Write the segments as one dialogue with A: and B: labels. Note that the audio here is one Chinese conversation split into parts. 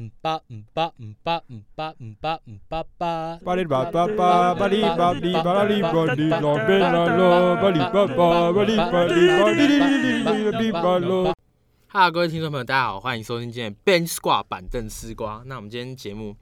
A: 嗯吧嗯吧嗯吧嗯吧嗯吧嗯吧吧。
B: 巴里巴巴巴巴里巴里巴拉里巴里拉贝拉拉巴里巴巴巴里巴里巴里里里里里里巴罗。
C: 哈，各位听众朋友，大家好，欢迎收听今天的 Bench Squad 板凳丝瓜。那我们今天节目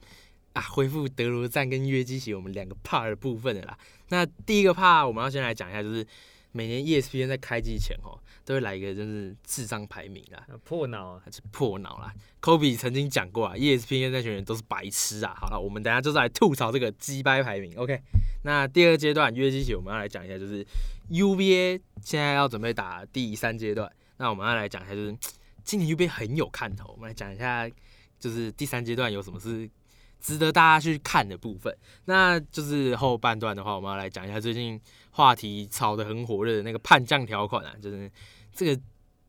C: 啊，恢复德罗赞跟约基奇我们两个 part 的部分的啦。那第一个 part 我们要先来讲一下，就是每年 ESPN 在开季前哦，都会来一个就是智障排名啦，
D: 啊破脑啊，
C: 还是破脑啦。科比曾经讲过啊，ESPN 那群人都是白痴啊。好了，我们等一下就是来吐槽这个鸡掰排名。OK，那第二阶段约基奇我们要来讲一下，就是 UBA 现在要准备打第三阶段，那我们要来讲一下就是今年 UBA 很有看头，我们来讲一下就是第三阶段有什么是值得大家去看的部分。那就是后半段的话，我们要来讲一下最近话题炒得很火热的那个叛将条款啊，就是这个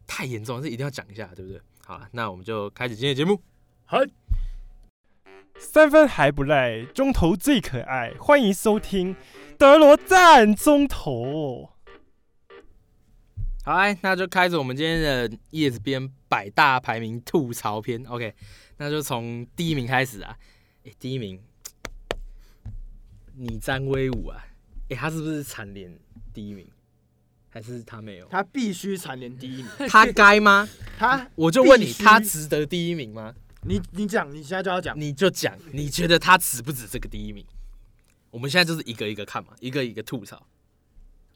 C: 太严重了，这一定要讲一下，对不对？好了，那我们就开始今天的节目。
B: 三分还不赖，中投最可爱，欢迎收听德罗赞中投。
C: 好，哎，那就开始我们今天的 E ESPN 百大排名吐槽篇。OK，那就从第一名开始啊。哎、第一名，你詹威武啊。哎、他是不是蝉联第一名？还是他没有？
E: 他必须蝉联第一 名。
C: 他该吗？
E: 他，
C: 我就问你，
E: 必须
C: 他值得第一名吗？
E: 你你讲，你现在就要讲。
C: 你就讲，你觉得他值不值这个第一名？我们现在就是一个一个看嘛，一个一个吐槽，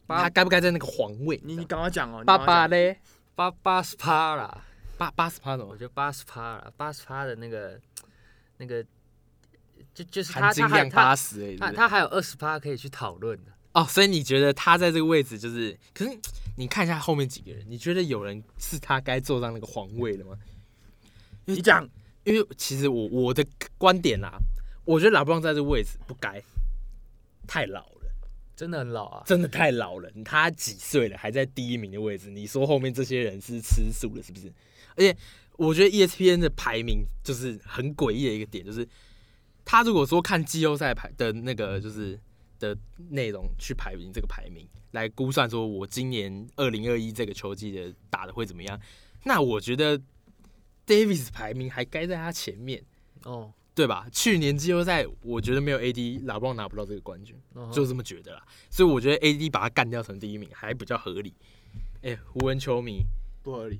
E: 爸
C: 他该不该在那个皇位？
E: 你你赶快讲哦。你
C: 爸
E: 赶快
C: 爸
E: 讲
C: 嘞，
D: 八八十趴啦，
C: 八八十趴怎
D: 我
C: 么？
D: 觉得八十趴啦，八十趴的那个那个，就就是他
C: 含金
D: 他还
C: 量八
D: 他
C: 十哎，对不
D: 他
C: 对
D: 他还有二十趴可以去讨论的。
C: 哦，所以你觉得他在这个位置就是？可是你看一下后面几个人，你觉得有人是他该坐上那个皇位的吗？
E: 你讲，
C: 因为其实我我的观点啦、我觉得拉布朗在这个位置不该，太老了，
D: 真的很老啊，
C: 真的太老了。他几岁了还在第一名的位置？你说后面这些人是吃素了是不是？而且我觉得 E ESPN 的排名就是很诡异的一个点，就是他如果说看季后赛排的那个就是的内容去排名这个排名，来估算说我今年二零二一这个球季的打的会怎么样，那我觉得 Davis 排名还该在他前面，
D: 哦，
C: 对吧？去年季后赛我觉得没有 AD，拉布朗拿不到这个冠军，
D: 嗯哼
C: 就这么觉得啦。所以我觉得 AD 把他干掉成第一名还比较合理。哎、湖人球迷，
E: 不合理。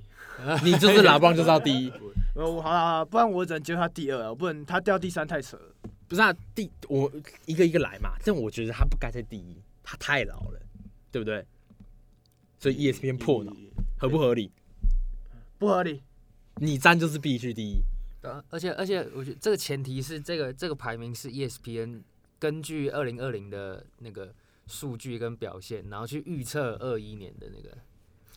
C: 你就是拉布朗就是要第一，
E: 呃，我好了好了，不然我只能接受他第二了，不然他掉第三太扯了。
C: 不是啊，第我一个一个来嘛，但我觉得他不该在第一，他太老了，对不对？所以 E ESPN 破脑，合不合理？
E: 不合理。
C: 你站就是必须第一，
D: 对啊而且而且我觉得这个前提是这个这个排名是 ESPN 根据二零二零的那个数据跟表现，然后去预测二一年的那个，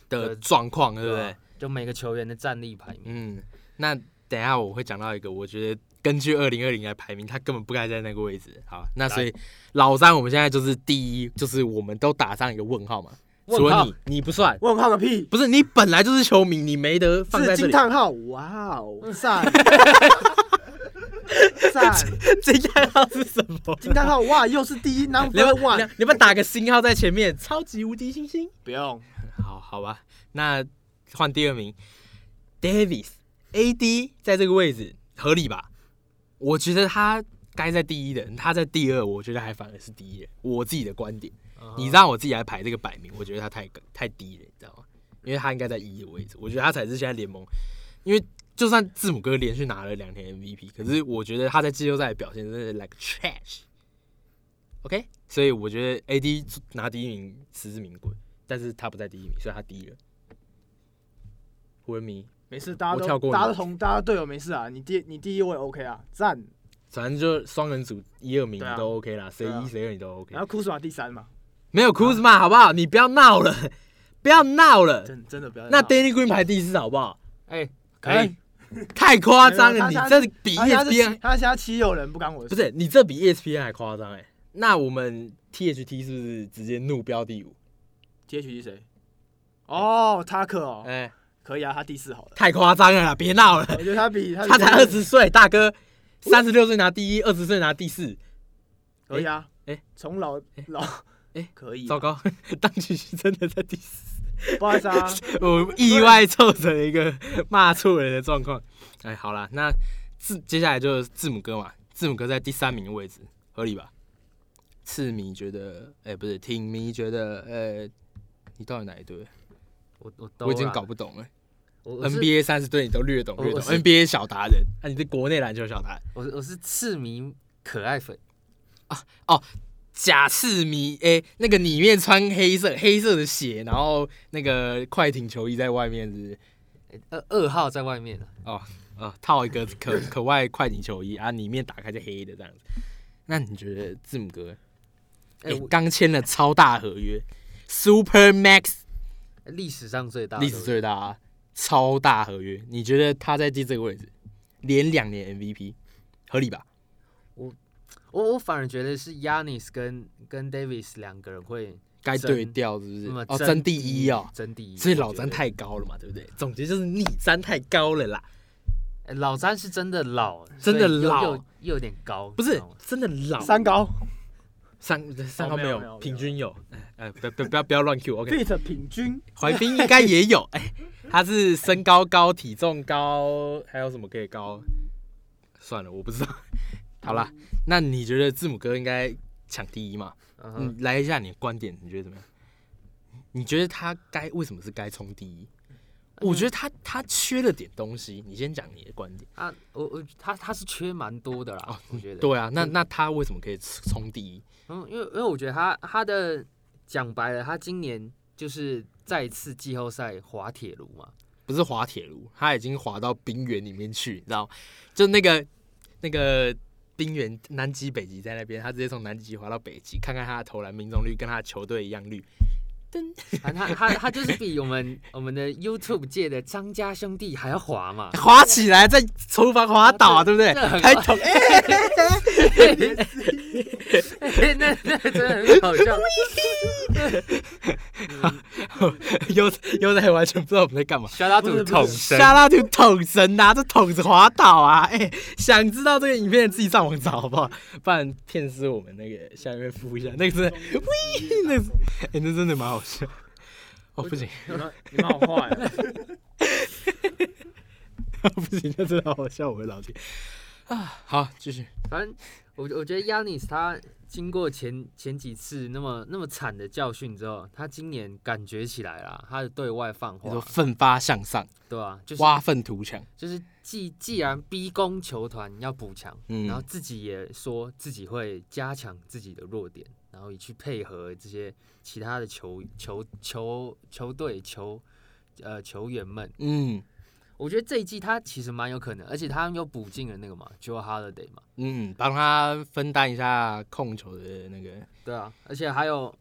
C: 的
D: 对
C: 状况，对不
D: 吧
C: 对？？啊
D: 就每个球员的战力排名，
C: 嗯，那等一下我会讲到一个，我觉得根据二零二零来排名，他根本不该在那个位置。好，那所以老三我们现在就是第一，就是我们都打上一个问号嘛。除
D: 问
C: 了
D: 号
C: 你，你不算，
E: 问号个屁！
C: 不是你本来就是球迷，你没得放在这
E: 是惊
C: 里。
E: 叹号！哇 哦，赞！赞！
C: 惊叹号是什么？
E: 惊叹号！哇，又是第一
C: 你要
E: number
C: 不要你要
E: one！
C: 你要不要打个星号在前面？超级无敌星星。
E: 不用，
C: 好好吧，那换第二名，Davis AD 在这个位置合理吧？我觉得他该在第一的，他在第二，我觉得还反而是第一人。我自己的观点，你让我自己来排这个百名，我觉得他太太低了，你知道吗？因为他应该在一的位置，我觉得他才是现在联盟，因为。就算字母哥连续拿了两天 MVP，可是我觉得他在季后赛的表现真的是 like trash。OK，所以我觉得 AD 拿第一名实至名归，但是他不在第一名，所以他第一了。湖人迷，
E: 没事，大家
C: 我跳
E: 都
C: 过你
E: 大家都同大家队友没事啊。你第你第一我也 OK 啊，赞。
C: 反正就双人组一二名
E: 对啊
C: 你都 OK 啦，谁
E: 对啊
C: 一谁二你都 OK
E: 然。后库斯马第三嘛，
C: 没有 Kuzma 好不好？你不要闹了，不要闹了。
E: 真真的不要闹。
C: 那 Danny Green 排第四好不好？
D: 哎，可以
C: 哎，太夸张
E: 没有
C: 了，
E: 他
C: 你
E: 现在
C: 这比 E
E: 他现在是七
C: ESPN
E: 他现在七有人不干我的
C: 不
E: 事。
C: 是你这比 ESPN 还夸张哎。那我们 THT 是不是直接怒标第五？
E: 结局是谁？哦，塔克哦，
C: 哎，
E: 可以啊，他第四好了。
C: 太夸张了啦，别闹了。
E: 我觉得他比他比
C: 他才二，十岁，大哥，三十六岁拿第一，二十岁拿第四，
E: 可以啊，
C: 哎
E: 哎，从老老
C: 哎
E: 可以，
C: 糟糕， 当局是真的在第四，
E: 不好意思 啊，
C: 我意外凑成一个骂错人的状况。哎，好啦，那字接下来就是字母哥嘛，字母哥在第三名的位置，合理吧？次迷觉得，哎、不是挺迷觉得，呃、你到底哪一队？
D: 我我都
C: 我已经
D: 啦
C: 搞不懂了。
D: 我我是
C: NBA 三十队你都略懂
D: 我
C: 略懂
D: 我是
C: ，NBA 小达人，啊，你是国内篮球小达人。
D: 我是我是痴迷可爱粉，
C: 假刺迷，哎、那个里面穿黑色黑色的鞋，然后那个快艇球衣在外面是不是
D: 诶二呃二号在外面啊，
C: 呃套一个可可外快艇球衣啊，里面打开就黑的这样子。那你觉得字母哥？哎、
D: 哎我
C: 刚签了超大合约，Super Max
D: 历史上最大的
C: 历史最大、啊、超大合约，你觉得他在第这个位置连两年 MVP 合理吧？
D: 我我反而觉得是 Yanis 跟跟 Davis 两个人会
C: 该
D: 争
C: 对调是不是
D: 那么？
C: 哦，争第一哦，
D: 争第一。
C: 所以老
D: 我觉
C: 詹
D: 得
C: 太高了嘛，对不对？总结就是你詹太高了啦。
D: 哎老詹是真的老，
C: 真的
D: 所以又
C: 老
D: 又又有点高，
C: 不
D: 你
C: 是
D: 知道吗
C: 真的老
E: 三高
C: 三三号
E: 哦没有没有没
C: 有，
E: 有
C: 平均有，哎哎，不要不要不要不要乱 Q，OK，、
E: ，fit 平均
C: 怀斌应该也有，哎，他是身高高、体重高，还有什么可以高？算了，我不知道。好啦，那你觉得字母哥应该抢第一嘛？
D: 嗯
C: 你
D: 哼
C: 来一下你的观点，你觉得怎么样？ 你觉得他该为什么是该冲第一？
D: 嗯
C: 我觉得他他缺了点东西，你先讲你的观点。
D: 啊，我我他他是缺蛮多的啦，我觉得。
C: 对啊，那那他为什么可以冲第一？
D: 嗯，因为因为我觉得他他的讲白了，他今年就是再次季后赛滑铁卢 嘛，
C: 不是滑铁卢，他已经滑到冰原里面去，你知道吗？就那个那个冰原，南极、北极在那边，他直接从南极滑到北极，看看他的投篮命中率跟他的球队一样绿。，
D: 啊他他他就是比我们我们的 YouTube 界的张家兄弟还要滑嘛
C: 滑起来，在厨房滑倒啊，对不对？
D: 这很
C: 抬头，哎、
D: 那 那那真的很搞笑。
C: 悠悠仔完全不知道我们在干嘛。
D: 小打赌
C: 桶神，下拉就桶神拿着桶子滑倒啊！哎、想知道这个影片的自己上网找好不好？不然骗是我们那个下面附一下，那个是，喂，那个是，哎、那真的蛮好笑。哦，不行，
E: 你们你们好坏啊，
C: 不行，那真的好笑，我会老天啊！好，继续。
D: 反正我我觉得 Yanis 他经过前前几次那么那么惨的教训之后，他今年感觉起来啦，他的对外放
C: 你说
D: 话，
C: 奋发向上，
D: 对啊，就是
C: 挖粪图强，
D: 就是既既然逼宫球团要补强，
C: 嗯
D: 然后自己也说自己会加强自己的弱点，然后也去配合这些其他的球球球球队球呃球员们，
C: 嗯
D: 我觉得这一季他其实蛮有可能，而且他又补进了那个嘛 Joe Holiday 嘛，
C: 嗯，帮他分担一下控球的那个。
D: 对啊，而且还有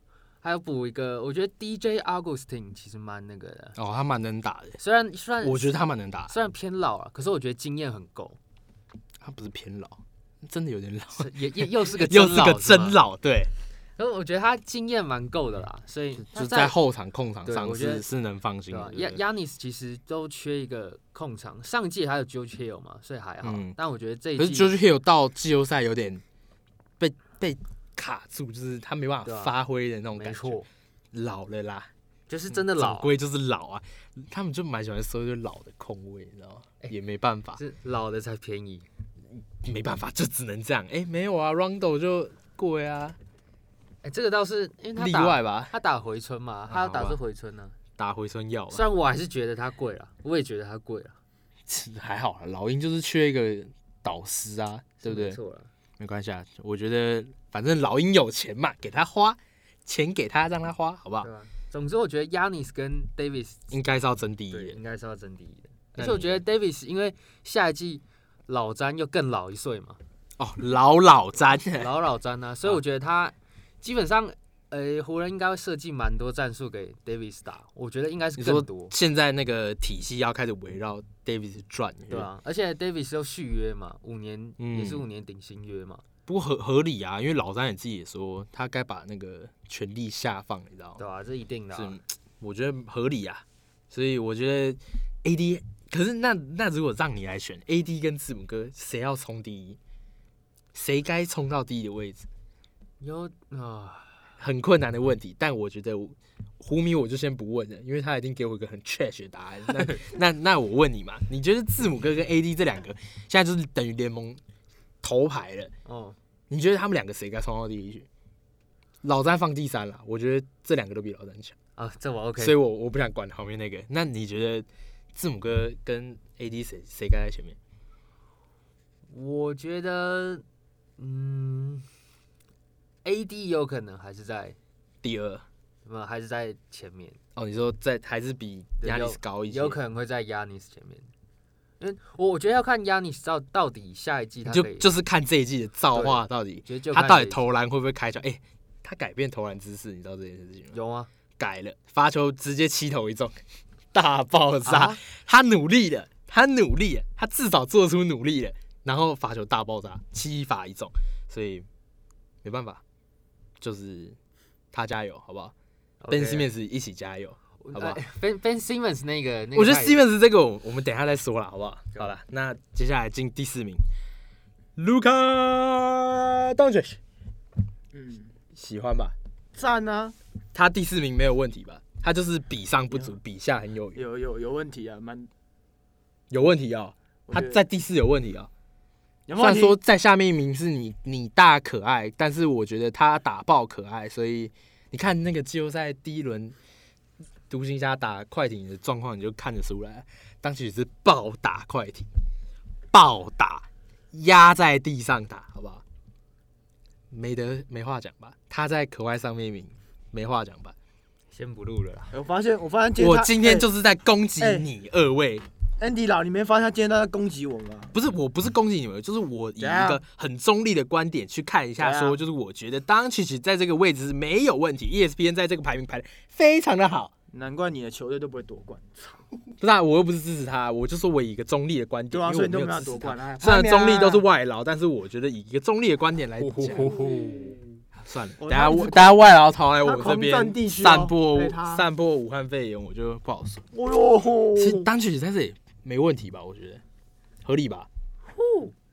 D: 还有补一个，我觉得 DJ Augustine 其实蛮那个的，
C: 哦，他蛮能打的，
D: 虽然虽然
C: 我觉得他蛮能打的，
D: 虽然偏老啊了，可是我觉得经验很够，
C: 他不是偏老，真的有点老，
D: 是也也又是个
C: 又是个
D: 真
C: 真
D: 老。
C: 老，对。
D: 然后我觉得他经验蛮够的啦，所以他
C: 就在后场控场
D: 对
C: 上
D: 我觉
C: 是
D: 得
C: 是能放心
D: 对啊吧
C: 的。对
D: 亚
C: 不对
D: 亚尼斯其实都缺一个控场，上届还有 j o c h i l 嘛，所以还好。
C: 嗯
D: 但我觉得这一
C: 可
D: 季
C: 是 George Hill 到季后赛有点被被卡住，就是他没办
D: 对
C: 法
D: 啊
C: 发挥的那种
D: 没
C: 感
D: 错
C: 觉，，老了啦，
D: 就是真的老
C: 总，归就是老啊。他们就蛮喜欢收一堆老的空位，你知道吗？
D: 哎
C: 也没办法，
D: 是老的才便宜。
C: 没办法，就只能这样。哎，没有啊，Rondo 就贵啊，
D: 哎，这个倒是因为他
C: 例
D: 打
C: 外吧，啊
D: 他打回春嘛，他要打出回春呢、
C: 打回春药
D: 虽
C: 吧，
D: 然我还是觉得他贵了，我也觉得他贵了，
C: 还好啦。老鹰就是缺一个导师啊，对不对
D: 没？错了，
C: 没关系啊，我觉得反正老鹰有钱嘛，给他花，钱给他让他花，好不好
D: 对？吧？总之，我觉得 Yanis 跟 Davis
C: 啊应该是要争第一
D: 对
C: 的。
D: 应该是要争第一的。
C: 那
D: 而且我
C: 你
D: 觉得 Davis 因为下一季老詹又更老一岁嘛，
C: 哦，老老詹，
D: 老老詹啊，所以我觉得他基本上，呃，湖人应该会设计蛮多战术给 Davis 打，我觉得应该是
C: 你说
D: 更多，
C: 现在那个体系要开始围绕 Davis 转，
D: 对啊，而且 Davis 又续约嘛，五年、
C: 嗯
D: 也是五年顶薪约嘛，
C: 不过合合理啊，因为老詹也自己也说他该把那个权力下放，你知道
D: 对
C: 吗？
D: 吧、这一定的啊、
C: 嗯是，我觉得合理啊，所以我觉得 AD，可是那那如果让你来选 AD 跟字母哥，谁要冲第一？谁该冲到第一的位置？
D: 有啊，
C: 很困难的问题，但我觉得我胡迷我就先不问了，因为他已经给我一个很 trash 的答案。那那那我问你嘛，你觉得字母哥跟 AD 这两个现在就是等于联盟头牌了？
D: 哦，
C: 你觉得他们两个谁该冲到第一去？老詹放第三了，我觉得这两个都比老詹强
D: 啊，这我 OK。
C: 所以我我不想管旁边那个。那你觉得字母哥跟 AD 谁谁该在前面？
D: 我觉得，嗯，AD 有可能还是在，
C: 第二？
D: 呃，还是在前面，
C: 哦，你说在还是比
D: 对
C: 压力
D: 有
C: 高一些？
D: 有可能会在 Yanis 前面。因为我我觉得要看 Yanis 到到底下一季他
C: 就
D: 可以，
C: 就是看这一季的造化到底，
D: 觉得就
C: 他
D: 看
C: 到底
D: 谁
C: 投篮会不会开窍？哎、他改变投篮姿势，你知道这件事情吗？
D: 有啊吗？
C: 改了，发球直接七投一中，大爆 炸。
D: 啊
C: 他努力了，他努力了，他至少做出努力了，然后罚球大爆炸，七罚一中，所以没办法，就是他加油，好不好
D: OK
C: 跟 Simmons 一起加油。好不好
D: 哎？Ben Ben Simmons 那个，那个
C: 我觉得
D: 太
C: Simmons 这个我我们等一下再说了，好不好？
D: 好
C: 好了，那接下来进第四名，Luka Doncic，
E: 嗯，
C: 喜欢吧？
E: 赞啊，
C: 他第四名没有问题吧？他就是比上不足，比下很有余，
E: 有有有问题啊，蛮
C: 有问题哦。
E: 我
C: 他
E: 觉得
C: 在第四有问题哦。
E: 有
C: 虽
E: 没
C: 然
E: 有问题
C: 说在下面一名是你你大可爱，但是我觉得他打爆可爱，所以你看那个季后赛第一轮独行侠打快艇的状况，你就看得出来，当时是暴打快艇，暴打压在地上打，好不好？没得没话讲吧？他在可爱上面一名没话讲吧？
D: 先不录了啦。
E: 我发现我发现今天
C: 我
E: 他
C: 今天
E: 哎
C: 就是在攻击
E: 哎
C: 你二位，
E: Andy 老，你没发现他今天他在攻击我吗？
C: 不是，我不是攻击你们，就是我以一
E: 怎样
C: 个很中立的观点去看一下
E: 怎
C: 说，
E: 样
C: 就是我觉得当其实在这个位置是没有问题，ESPN E 在这个排名排的非常的好，
E: 难怪你的球队都不会夺冠，
C: 不是、啊，我又不是支持他，我就说我以一个中立的观点，
E: 对啊，
C: 因
E: 所
C: 为
E: 以
C: 我没
E: 你都
C: 有
E: 没有
C: 支
E: 夺
C: 持
E: 冠
C: 他。
E: 啊。
C: 虽然中立都是
E: 外，
C: 外劳，但是我觉得以一个中立的观点来讲，算了，
E: 我
C: 等下
E: 哦他一直
C: 我等下外劳逃来我
E: 他
C: 这
E: 狂占
C: 边
E: 地区哦
C: 散播
E: 被他
C: 散播武汉肺炎，我就不好说。
E: 哦哟
C: 其实
E: 吼，
C: 单曲在这里没问题吧？我觉得合理吧，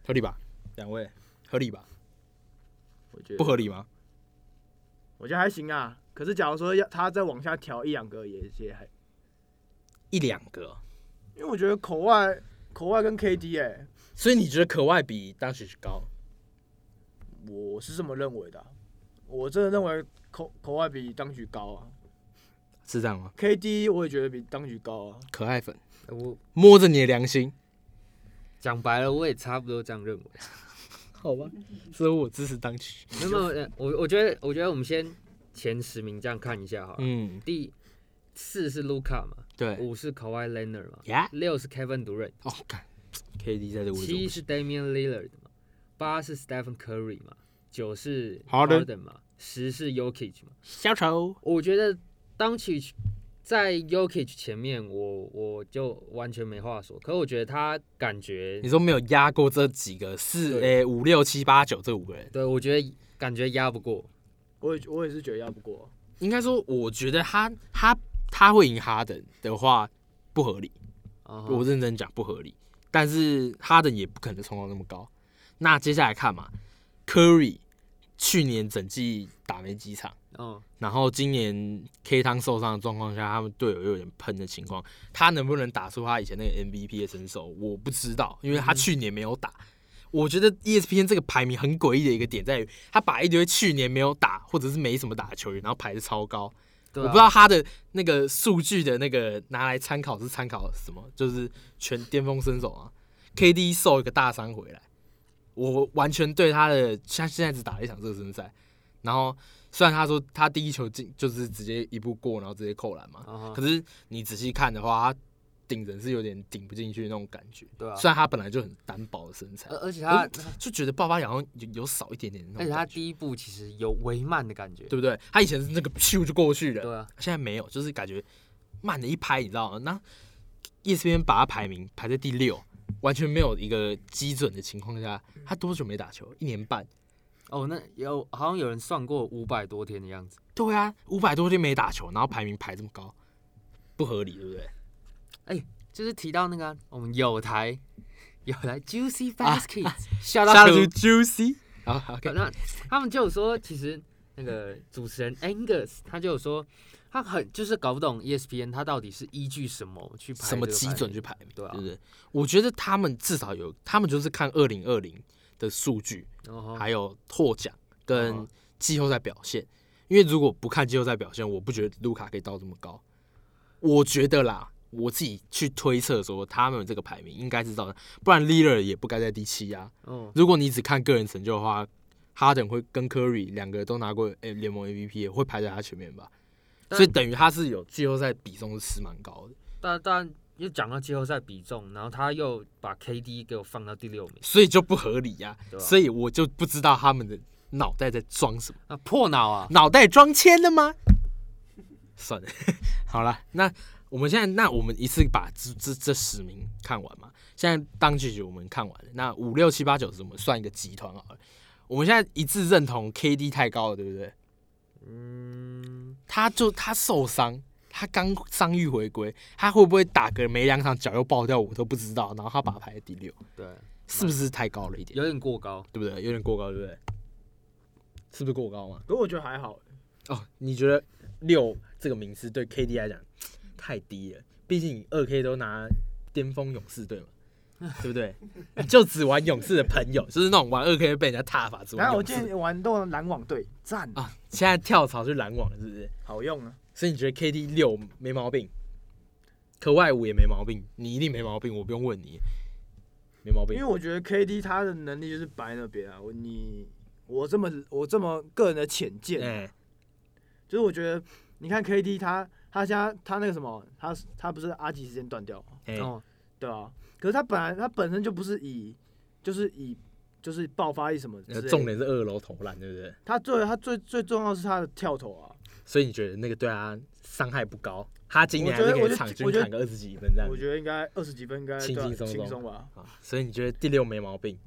C: 合理吧，两位合理吧？
E: 我觉得
C: 不合理吗？
E: 我觉得还行啊。可是假如说要他再往下调一两个也也还，
C: 一两个，
E: 因为我觉得口外口外跟 KD 哎、
C: 所以你觉得可外比单曲高？
E: 我是这么认为的啊、我真的认为口口外比当局高啊
C: 是这样吗？
E: ，KD 我也觉得比当局高啊。
C: 可爱粉
D: 我
C: 摸着你的良心，
D: 讲白了，我也差不多这样认 为。
C: 好吧，所以我支持单曲。
D: 没有，没有呃我我觉得，我觉得我们先前十名这样看一下好了。
C: 嗯，
D: 第四是 Luca 嘛，
C: 对，
D: 五是 Kawhi Leonard 嘛，
C: 呀，
D: 六是 Kevin Durant，
C: 哦，干，KD 在这个位置
D: 七
C: 不
D: 是
C: 行，
D: Damian Lillard 嘛，八是 Stephen Curry 嘛，九是
B: Harden
D: 嘛，十是 Yokich 嘛。
C: 小丑，
D: 我觉得 d o n c i 在 Yokich 前面我，我就完全没话说。可我觉得他感觉
C: 你，说没有压过这几个四诶五六七八九这五个人？
D: 对我觉得感觉压不过。
E: 我也我也是觉得压不过，啊
C: 应该说，我觉得他他他会赢哈登的话不合理。
D: 啊
C: 我认真讲不合理，但是哈登也不可能冲到那么高。那接下来看嘛，Curry 去年整季打没几场，
D: 嗯，
C: 然后今年 K 汤受伤的状况下，他们队友又有点喷的情况，他能不能打出他以前那个 MVP 的身手，我不知道，因为他去年没有打。我觉得 E ESPN 这个排名很诡异的一个点在于，他把一堆去年没有打或者是没什么打的球员，然后排的超高，
D: 对啊
C: 我不知道他的那个数据的那个拿来参考是参考什么，就是全巅峰身手啊。KD 受一个大伤回来，我完全对他的他现在只打了一场热身赛，然后虽然他说他第一球进就是直接一步过，然后直接扣篮嘛，
D: 啊哈
C: 可是你仔细看的话，他顶人是有点顶不进去那种感觉。
D: 对啊呃
C: 虽然他本来就很单薄的身材
D: 而，而且他，
C: 就觉得爆发力好像有有少一点点那
D: 而且
C: 种
D: 他
C: 感觉，
D: 第一步其实有微慢的感觉。
C: 对不对？他以前是那个咻就过去了，
D: 对啊，
C: 现在没有，就是感觉慢了一拍，你知道吗？那 E ESPN 把他排名排在第六，完全没有一个基准的情况下，他多久没打球？一年半。
D: 哦，那有好像有人算过五百多天的样子。
C: 对啊，五百多天没打球，然后排名排这么高，不合理，对不对？
D: 就是提到那个啊、我们有台有台 Juicy
C: 啊
D: Basket，笑
C: 下
D: 到
C: 去 Juicy 啊，OK，
D: 那他们就有说，其实那个主持人 Angus 他就有说，他很就是搞不懂 E ESPN 他到底是依据什么去排
C: 什么
D: 这个
C: 基
D: 排
C: 准
D: 名
C: 去排名，
D: 对啊
C: 对不对？我觉得他们至少有，他们就是看二零二零的数据，
D: 然后
C: 还有获奖跟
D: 哦
C: 季后赛表现。因为如果不看季后赛表现，我不觉得卢卡可以到这么高。我觉得啦，我自己去推测说，他们这个排名应该是到的，不然 l e a d e r 也不该在第七啊。
D: 嗯
C: 如果你只看个人成就的话，哈登会跟 Curry 两个都拿过诶联盟 MVP，会排在他前面吧。
D: 但
C: 所以等于他是有季后赛比重是吃蛮高的，
D: 但但又讲到季后赛比重，然后他又把 KD 给我放到第六名，
C: 所以就不合理呀、
D: 对吧
C: 所以我就不知道他们的脑袋在装什么，
D: 啊破脑啊，
C: 脑袋装铅了吗？算了， 好了，那我们现在那我们一次把这这这十名看完嘛。现在当局我们看完了，那五六七八九十我们算一个集团好了。我们现在一致认同 KD 太高了，对不对？
D: 嗯，
C: 他就他受伤，他刚伤愈回归，他会不会打个没两场脚又爆掉，我都不知道。然后他把他排在第六，
D: 对，
C: 是不是太高了一点？
D: 有点过高，
C: 对不对？有点过高，对不对？是不是过高啊嘛？
E: 可我觉得还好，欸
C: 哦，你觉得六这个名次对 KD 来讲太低了？毕竟你二 K 都拿巅峰勇士队嘛， 对不对？你就只玩勇士的朋友，就是那种玩二 K 被人家踏法，只
E: 然
C: 玩
E: 后我
C: 勇
E: 今
C: 士
E: 天玩到篮网队，赞，
C: 啊。现在跳槽去篮网了，是不是？
E: 好用啊！
C: 所以你觉得 KD 六没毛病，可外五也没毛病，你一定没毛病，我不用问你，没毛
E: 因
C: 病
E: 为。我觉得 KD 他的能力就是摆那边啊，我你我这么我这么个人的浅见，
C: 哎，
E: 就是我觉得你看 KD 他他现在他那个什么，他他不是阿吉时间断掉吗？
C: 哎，
D: 哦，
E: 对啊，可是他本来他本身就不是以就是以就是爆发力什么之类
C: 呃
E: 的，
C: 重点是二楼投篮，对不对？
E: 他最他最最重要的是他的跳投啊，
C: 所以你觉得那个对他伤害不高？他今年还
E: 我
C: 是
E: 觉
C: 可
E: 得我
C: 以
E: 就
C: 场均
E: 我觉得
C: 砍个二十几分这样
E: 我
C: 子。
E: 觉得应该二十几分应该
C: 嗯轻
E: 对啊
C: 轻松松
E: 轻松吧，
C: 啊，所以你觉得第六没毛病？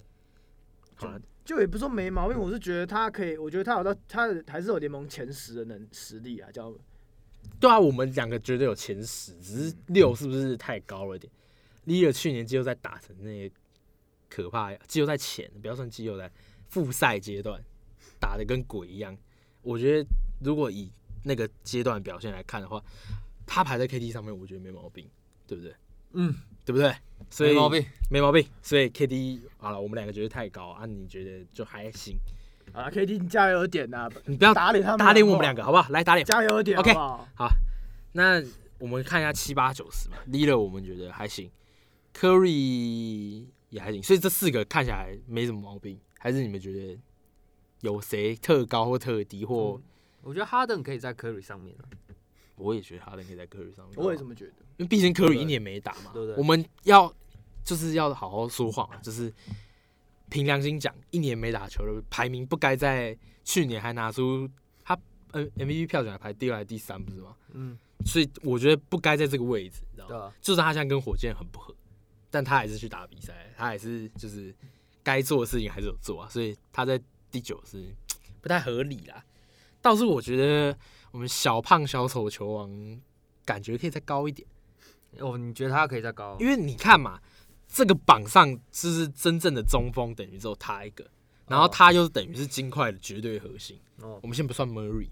C: 好了，
E: 就也不是说没毛病，我是觉得他可以，我觉得他有到他还是有联盟前十的能实力啊，叫
C: 对啊，我们两个绝对有前十，只
D: 嗯
C: 是六是不是太高了一点？利尔去年季后赛打成那些可怕呀，季后赛前不要算季后赛，复赛阶段打的跟鬼一样。我觉得如果以那个阶段表现来看的话，他排在 KD 上面，我觉得没毛病，对不对？
D: 嗯，
C: 对不对？所以
D: 没毛病，
C: 没毛病。所以 KD 好了，我们两个觉得太高啊，你觉得就还行。
E: 啊 KD 你加油一点呐、
C: 你不要
E: 打脸他们，
C: 打脸我们两
E: 个，
C: 个好不好？来打脸。
E: 加油一点好
C: OK
E: 不好？
C: 那我们看一下七八九十嘛 l e a d e r 我们觉得还行，Curry 也还行，所以这四个看起来没什么毛病。还是你们觉得有谁特高或特低，或、
D: 嗯我觉得哈登可以在 Curry 上面啊，
C: 我也觉得哈登可以在 Curry 上面。
E: 我也这么觉得。
C: 因为毕竟 Curry 一年没打嘛，
D: 对不对
C: 我们要就是要好好说话嘛，就是凭良心讲，一年没打球了，排名不该在去年还拿出他呃 MVP 票选还排第二还是第三，不是吗？
D: 嗯，
C: 所以我觉得不该在这个位置，你知道吗
D: 对？啊，
C: 就算他现在跟火箭很不合，但他还是去打比赛，他还是就是该做的事情还是有做啊，所以他在第九是不太合理啦。倒是我觉得我们小胖小丑球王感觉可以再高一点，
D: 哦，你觉得他可以再高？
C: 因为你看嘛，这个榜上就是真正的中锋等于只有他一个，然后他又等于是金块的绝对核心。
D: 哦
C: 我，们先不算 Murray，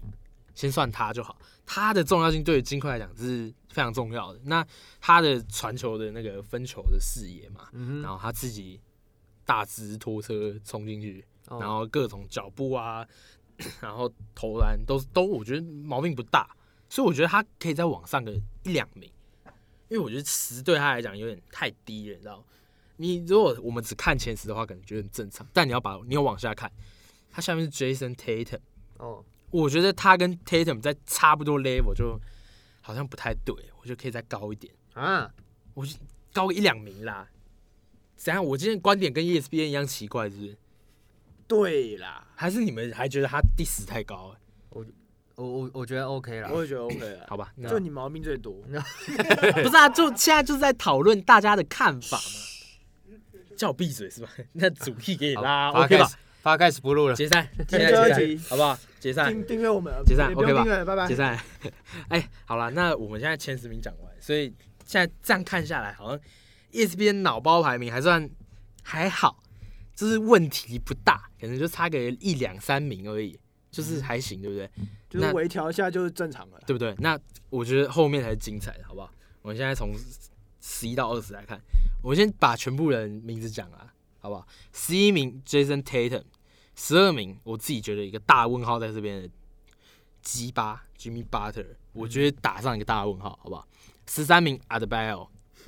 C: 先算他就好。他的重要性对于金块来讲是非常重要的。那他的传球的那个分球的视野嘛，
D: 嗯
C: 然
D: 哼，
C: 后他自己大直拖车冲进去，
D: 哦
C: 然后各种脚步啊， 然后投篮都都我觉得毛病不大，所以我觉得他可以再往上个一两名，因为我觉得十对他来讲有点太低了，你知道吗？你如果我们只看前十的话，可能觉得很正常，但你要把你要往下看，他下面是 Jason Tatum。
D: 哦，
C: 我觉得他跟 Tatum 在差不多 level 就好像不太对，我觉得可以再高一点，
D: 啊，
C: 我就高个一两名啦。怎样？我今天观点跟 E ESPN 一样奇怪，是不是？
E: 对啦，
C: 还是你们还觉得他第十太高、了？
D: 我我我觉得 OK 啦，
E: 我也觉得 OK 啦。
C: 好吧，那
E: 就你毛病最多，
C: 不是啊，就现在就是在讨论大家的看法嘛。 叫我闭嘴是吧？那主题给你拉
D: 好
C: ，OK 吧？
D: 发开始不录了，
C: 解散，
E: 今天
C: 现在
E: 最后一
C: 解
E: 集
C: 散，好不好？解散，
E: 订订阅我们，
C: 解散
E: 也不用
C: OK 吧
E: 订阅了，拜拜
C: 解。散。哎、好了，那我们现在前十名讲完，所以现在这样看下来，好像 E ESPN 脑包排名还算还好，就是问题不大，可能就差个一两三名而已，就是还行，对不对？
E: 就是
C: 那
E: 微调一下就是正常了。
C: 对不对？那我觉得后面才是精彩的，好不好？我们现在从十一到二十来看，我先把全部人名字讲啊，好不好？十一名 Jason Tatum，十二名我自己觉得一个大问号在这边的鸡巴 Jimmy Butler，我觉得打上一个大问号，好不好？十三名 a d b a l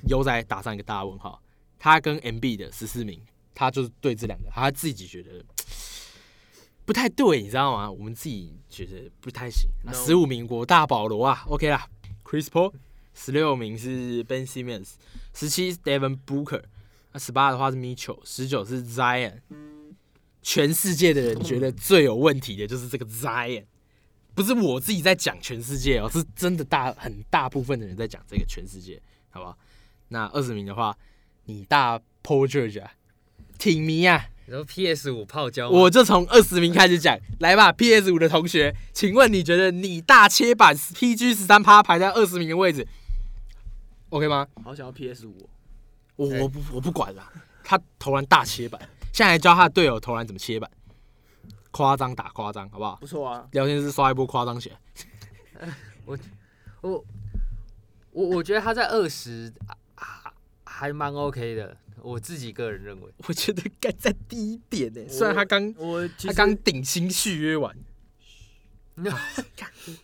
C: 悠哉打上一个大问号，他跟 MB 的十四名，他就是对这两个他自己觉得。不太对，你知道吗？我们自己觉得不太行。那
E: No
C: 十五名国大保罗啊，OK 啦，Chris Paul。十六名是 Ben Simmons，十七 Devin Booker，那十八的话是 Mitchell，十九是 Zion。全世界的人觉得最有问题的就是这个 Zion，不是我自己在讲全世界哦，是真的大很大部分的人在讲这个全世界，好不好？那二十名的话，你大 Paul George 啊，挺迷啊，
D: 你说 PS 五泡椒吗，
C: 我就从二十名开始讲，来吧，PS 五的同学，请问你觉得你大切板 PG 十三趴排在二十名的位置，OK 吗？
E: 好想要 PS 五，哦
C: 我我不我不管了，他投篮大切板，现在还教他的队友投篮怎么切板，夸张打夸张，好不好？
E: 不错啊，
C: 聊天室刷一波夸张起来，
D: 我我我觉得他在二十还还蛮 OK 的，我自己个人认为。
C: 我觉得该在低一点呢、 虽然他刚
E: 欸我其
C: 他
E: 实
C: 刚顶薪续约完，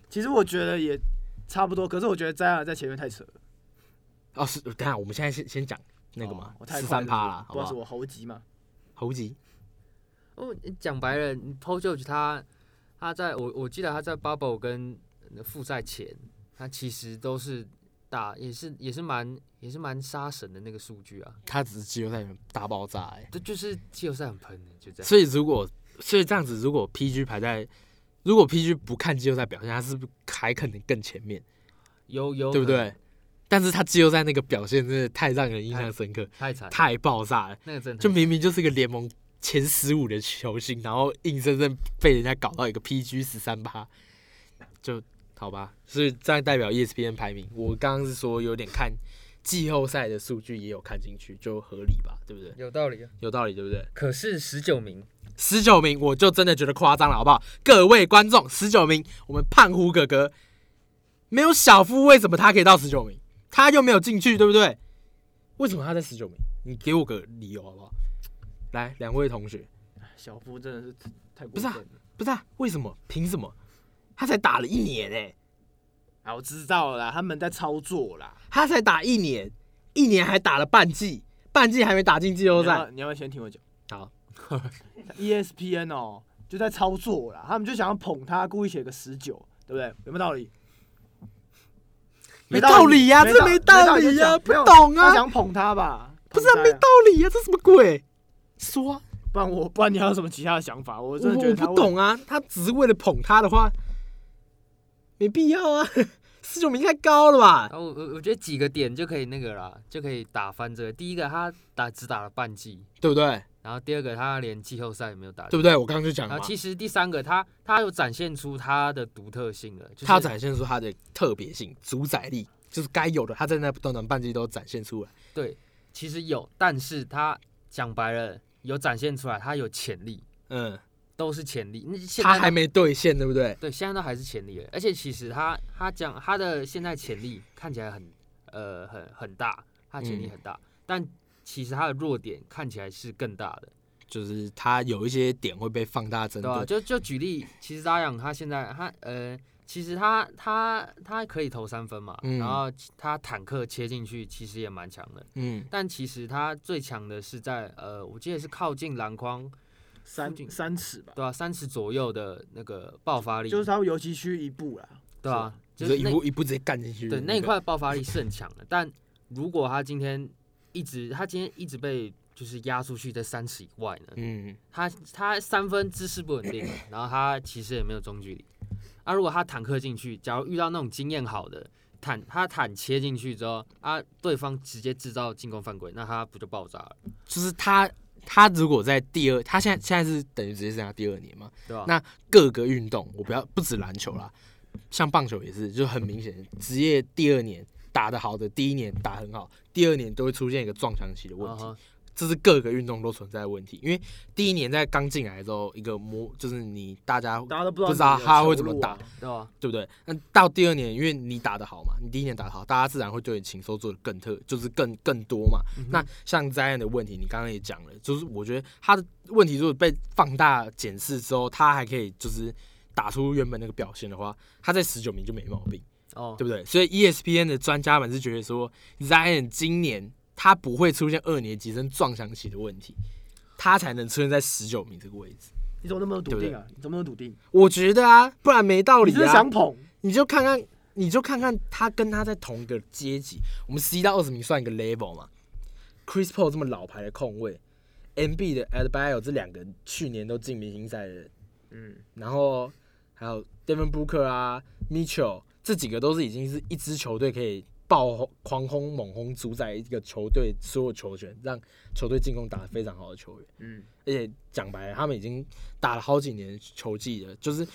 E: 其实我觉得也差不多，可是我觉得詹尔在前面太扯了。
C: 哦是，等一下我们现在先先讲那个嘛
E: 哦，我太
C: 十
E: 快了
C: 三趴啦，好
E: 不
C: 不
E: 知道是
C: 好？
E: 我猴急嘛，
C: 猴急，
D: 哦，讲白了你，Paul George 他他在我我记得他在 Bubble 跟复赛前，他其实都是打也是也是蛮也是蛮杀神的那个数据啊，
C: 他只是季后赛里面大爆炸哎、
D: 这就是季后赛很喷的，就这样。
C: 所以如果所以这样子，如果 PG 排在，如果 PG 不看季后赛表现，他是不是还可能更前面，
D: 有有
C: 对不
D: 可能？
C: 对？但是他季后赛那个表现真的太让人印象深刻，
D: 太惨了，
C: 太爆炸了，
D: 那个真的
C: 就
D: 很
C: 明明就是个联盟前十五的球星，然后硬生生被人家搞到一个 PG 十三趴，就好吧。所以这样代表 E ESPN 排名，我刚刚是说有点看季后赛的数据也有看进去，就合理吧，对不对？
D: 有道理啊。
C: 有道理，对不对？
D: 可是十九名，
C: 十九名，我就真的觉得夸张了，好不好？各位观众，十九名，我们胖虎哥哥没有小夫，为什么他可以到十九名？他又没有进去，对不对？为什么他在十九名？你给我个理由好不好？来，两位同学，
E: 小夫真的是太
C: 不
E: 过
C: 是
E: 分
C: 啊
E: 了。
C: 不是啊，为什么？凭什么？他才打了一年哎、
E: 啊，我知道了啦，他们在操作啦。
C: 他才打一年，一年还打了半季，半季还没打进季后
E: 你要不
C: 赛
E: 要。你要不要先听我讲
C: 好，
E: ？ESPN 哦，就在操作啦，他们就想要捧他，故意写个十九，对不对？有没有道理？
C: 没道理呀、这没道理呀、不
E: 没有
C: 懂
E: 他
C: 啊，
E: 想捧他吧？
C: 不是啊，
E: 捧他
C: 没
E: 呀
C: 道理呀、这什么鬼？说啊、
E: 不然我不然你还有什么其他的想法？我
C: 我
E: 真的觉得他
C: 不懂啊，他只是为了捧他的话，没必要啊。 四九名太高了吧？
D: 然后我我我觉得几个点就可以那个啦，就可以打翻这个。第一个他打只打了半季，
C: 对不对？
D: 然后第二个他连季后赛也没有打进
C: 对不对？我刚刚就讲了
D: 然
C: 嘛
D: 后，其实第三个，他他有展现出他的独特性了，就是
C: 他展现出他的特别性、主宰力，就是该有的，他在那短短半季都展现出来。
D: 对，其实有，但是他讲白了，有展现出来，他有潜力，
C: 嗯，
D: 都是潜力。那现在
C: 他
D: 都
C: 还没兑现，对不对？
D: 对，现在都还是潜力了，而且其实他他讲他的现在潜力看起来很呃很很大，他潜力
C: 嗯
D: 很大，但其实他的弱点看起来是更大的，
C: 就是他有一些点会被放大针
D: 对吧、啊
C: 对。
D: 就就举例，其实扎养他现在他呃，其实他他他可以投三分嘛，
C: 嗯
D: 然后他坦克切进去其实也蛮强的。
C: 嗯，
D: 但其实他最强的是在呃，我记得是靠近篮筐，
E: 三
D: 附近
E: 三尺吧，
D: 对吧、啊？三尺左右的那个爆发力，
E: 就是他们游击区一步啦。
D: 对吧、啊？
C: 就
D: 就是是
C: 一
D: 那
C: 步一步直接干进去。
D: 对那一
C: 个，
D: 块爆发力是很强的。但如果他今天一直，他今天一直被就是压出去在三尺以外呢，
C: 嗯，
D: 他他三分姿势不稳 定，然后他其实也没有中距离。啊，如果他坦克进去，假如遇到那种经验好的坦，他坦切进去之后，啊，对方直接制造进攻犯规，那他不就爆炸了，
C: 就是他他如果在第二，他现在现在是等于直接剩下第二年嘛，
D: 对吧、
C: 那各个运动，我不要不止篮球啦，像棒球也是，就很明显，职业第二年打得好的，第一年打很好，第二年都会出现一个撞墙期的问题。
D: 啊哈
C: 这是各个运动都存在的问题。因为第一年在刚进来的时候，一个模就是你大家
E: 大家都不知道
C: 不知道
E: 你的
C: 他会
E: 球
C: 怎么
E: 路啊
C: 打
D: 对吧？
C: 对不对？那到第二年，因为你打得好嘛，你第一年打得好，大家自然会对你情收做的更特，就是更更多嘛。
D: 嗯哼
C: 那像 Zion 的问题，你刚刚也讲了，就是我觉得他的问题如果被放大检视之后，他还可以就是打出原本那个表现的话，他在十九名就没毛病，
D: 哦，
C: 对不对？所以 E ESPN 的专家们是觉得说，Zion 今年他不会出现二年级生撞墙期的问题，他才能出现在十九名这个位置。
E: 你怎么那么笃定啊？你怎么那么笃定？
C: 我觉得啊，不然没道理
E: 你是不是
C: 啊
E: 想。捧？
C: 你就看看，你就看看他跟他在同一个阶级，我们十一到二十名算一个 level 嘛。Chris Paul 这么老牌的控卫，MB 的 a d b i o 这两个去年都进明星赛的人，
E: 嗯，
C: 然后还有 Devin Booker 啊，Mitchell 这几个都是已经是一支球队可以爆轰、狂轰、猛轰，主宰一个球队所有球权，让球队进攻打得非常好的球员。
E: 嗯，
C: 而且讲白了，他们已经打了好几年球技了，就是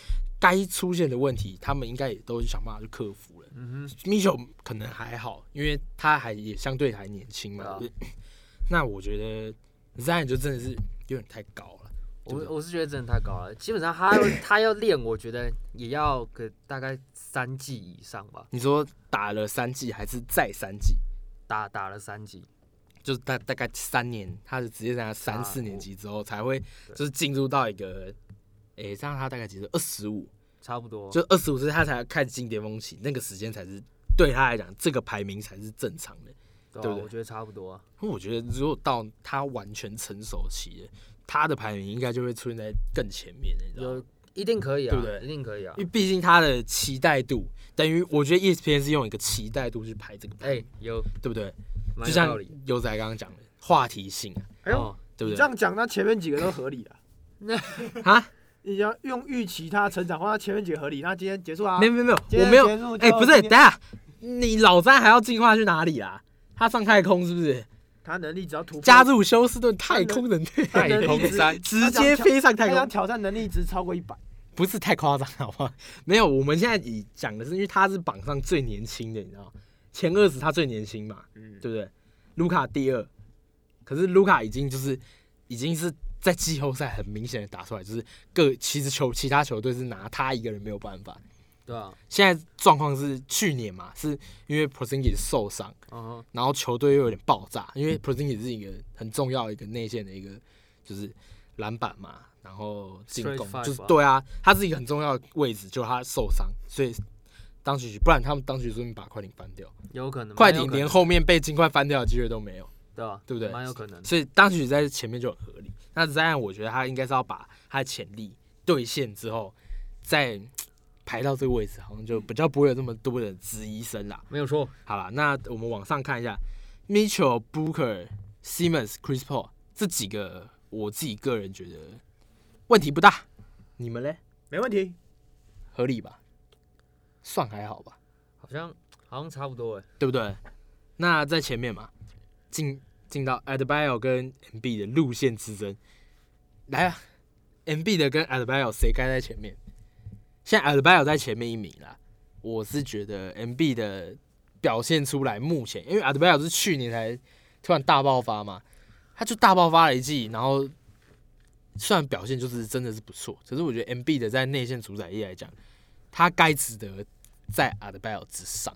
C: 该出现的问题，他们应该也都想办法去克服了。
D: 嗯哼，
C: Mitchell 可能还好，因为他还也相对还年轻嘛。
D: 对
C: 那我觉得 Zion 就真的是有点太高了。对
D: 我我是觉得真的太高了，基本上他要他要练，我觉得也要个大概三季以上吧，
C: 你说打了三季还是再三季，
D: 打打了三季，
C: 就是大大概三年，他的职业生涯三
D: 啊
C: 四年
D: 我
C: 级之后才会就是进入到一个，诶、这样他大概几岁？二十五，
D: 差不多。
C: 就二十五岁他才开始进巅峰期，那个时间才是对他来讲，这个排名才是正常的。对
D: 对
C: 不
D: 啊，
C: 对
D: 我觉得差不多啊。
C: 因为我觉得如果到他完全成熟期了，他的排名应该就会出现在更前面，你知道
D: 有
C: 吗？
D: 一定可以啊，
C: 对不对
D: 一定可以啊
C: 因为。毕竟他的期待度等于，我觉得 E ESPN 是用一个期待度去排这个排，
D: 哎、有
C: 对不对？
D: 蛮
C: 就
D: 有
C: 像
D: 道理。
C: 优仔刚刚讲的话题性啊，
E: 哎呦，
D: 哦，
C: 对
E: 你
C: 不
E: 这
C: 对？
E: 样讲，那前面几个都合理的。
C: 啊，
E: 你要用预期他成长，或他前面几个合理，那今天结束啊
C: 没。有没有没
E: 今
C: 有，我
E: 天
C: 没有
E: 结束，
C: 哎、
E: 就
C: 不是，
E: 今天
C: 等一下，你老詹还要进化去哪里啊？他上太空是不是？
E: 他能力只要突破，
C: 加入休斯顿太空人 队，
E: 他能
A: 太空
E: 力值
A: 山
C: 直接飞上太
E: 他要
C: 空，
E: 挑战能力值超过一百。
C: 不是太夸张好不好？ 没有，我们现在以讲的是，因为他是榜上最年轻的，你知道吗，前二十他最年轻嘛，
E: 嗯，
C: 对不对？卢卡第二，可是卢卡已经就是已经是在季后赛很明显的打出来，就是各其实球其他球队是拿他一个人没有办法。
D: 对啊，
C: 现在状况是去年嘛，是因为 p o r z i n g i 受伤，
D: 嗯哼，
C: 然后球队又有点爆炸，因为
D: 嗯
C: p o r z i n g i 是一个很重要的一个内线的一个就是篮板嘛，然后进
D: Straight
C: 攻
D: five
C: 就是
D: 吧
C: 对啊，他是一个很重要的位置，就他受伤，所以当局不然他们当局说你把快艇翻掉，
D: 有可能。
C: 快
D: 蛮有
C: 艇
D: 可能
C: 连后面被金块翻掉的机会都没有，
D: 对啊，
C: 对不对
D: 蛮有可能。
C: 所以当局在前面就很合理。那 Zion 我觉得他应该是要把他的潜力兑现之后，再排到这个位置，好像就比较不会有这么多的质疑声啦。
D: 没有错，
C: 好了，那我们往上看一下，Mitchell、Booker、Simmons、Chris Paul 这几个，我自己个人觉得问题不大，你们嘞？
E: 没问题。
C: 合理吧？算还好吧，
D: 好像好像差不多哎。
C: 对不对？那在前面嘛，进进到 Adbio 跟 MB 的路线之争，来啊，MB 的跟 Adbio 谁该在前面？现在 Adbio 在前面一名啦，我是觉得 MB 的表现出来，目前因为 Adbio 是去年才突然大爆发嘛，他就大爆发了一季，然后虽然表现就是真的是不错，可是我觉得 MB 的在内线主宰力来讲，他该值得在 Adbio 之上。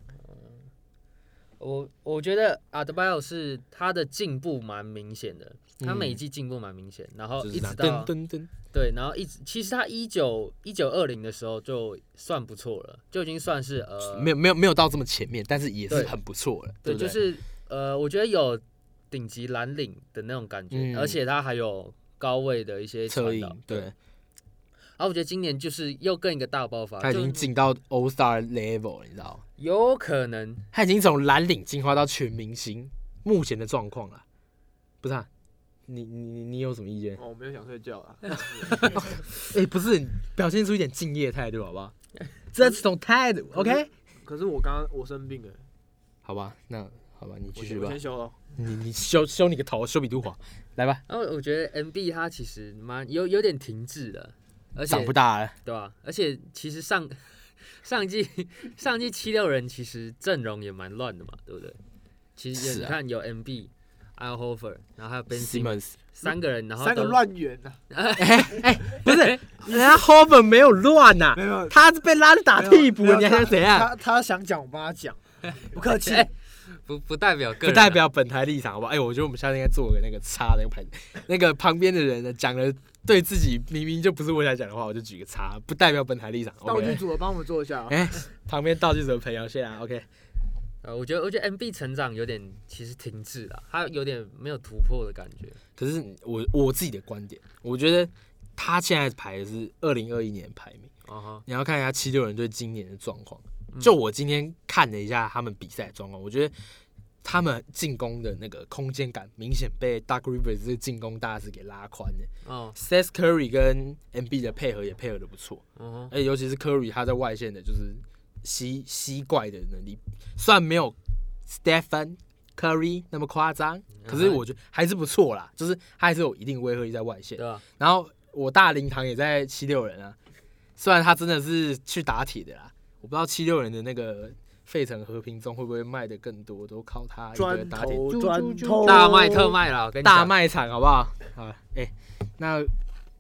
D: 我我觉得 a d b i o 是他的进步蛮明显的，他
C: 嗯
D: 每一季进步蛮明显，然后
C: 就是
D: 一
C: 这样
D: 直到
C: 噔噔噔，
D: 对，然后一直其实他一九一九二零的时候就算不错了，就已经算是呃
C: 没有没有没有到这么前面，但是也是
D: 对
C: 很不错了，
D: 对，
C: 不
D: 就
C: 对？
D: 是呃，我觉得有顶级蓝领的那种感觉，
C: 嗯
D: 而且他还有高位的一些
C: 侧
D: 传导
C: 影，。对，
D: 然后我觉得今年就是又更一个大爆发，
C: 他已经
D: 就
C: 进到 All Star level，了你知道吗？
D: 有可能
C: 他已经从蓝领进化到全明星，目前的状况了，不是啊？你你你你有什么意见？
E: 哦，我没有想睡觉啊。
C: 哎，不是，表现出一点敬业态度，好不 好？这是种态度，OK？
E: 可是我刚刚我生病了，
C: 好吧，那好吧，你
E: 我
C: 继续
E: 先我
C: 吧
E: 先，休了。
C: 你你修修你个头，修比杜华，来吧，
D: 然后我觉得 MB 他其实蛮有有点停滞了，而且
C: 长不大了，
D: 对吧、而且其实上上一季上一季七六人其实阵容也蛮乱的嘛，对不对？其实也
C: 是啊
D: 你看有 MB、还有 Hofer，然后还有 Ben Simmons，
C: Simmons，
D: 三个人，然后
E: 三个
D: 都，
E: 乱源啊呐，
C: 不是人家 Hover 没有乱呐、
E: 没有，
C: 他是被拉着打啊替补
E: 没，有
C: 你还啊想怎样？
E: 他他想讲我帮 他讲，不客气。
D: 哎不不代表个
C: 不
D: 人啊
C: 代表本台立场，好不好？哎、我觉得我们下次应该做个那个叉那个牌， 那个旁边的人呢讲了对自己明明就不是我想讲的话，我就举个叉，不代表本台立场。
E: 道具
C: OK，
E: 组的帮我们做一下啊，
C: 哎旁边道具组的朋友谢啦。OK，
D: 呃，我觉得我觉得 MB 成长有点其实停滞了，他有点没有突破的感觉。
C: 可是我我自己的观点，我觉得他现在排的是二零二一年排名，
D: 啊哈，
C: 你要看一下七六人对今年的状况。
D: 嗯
C: 就我今天看了一下他们比赛的状况，我觉得他们进攻的那个空间感明显被 Dark Rivers 这个进攻大师给拉宽的。
D: 哦，
C: Seth Curry 跟 MB 的配合也配合的不错，
D: 嗯哼，
C: 而且尤其是 Curry 他在外线的就是吸吸怪的能力，虽然没有 Stephen Curry 那么夸张，可是我觉得还是不错啦，就是他还是有一定威慑力在外线
D: 对。吧？
C: 然后我大灵堂也在七六人啊，虽然他真的是去打铁的啦，我不知道七六人的那个费城和平中会不会卖的更多，都靠他一个
E: 砖
C: 哎打铁
E: 头砖头，
D: 大卖特卖啦，我跟你讲
C: 哦大卖场，好不好？好，哎、那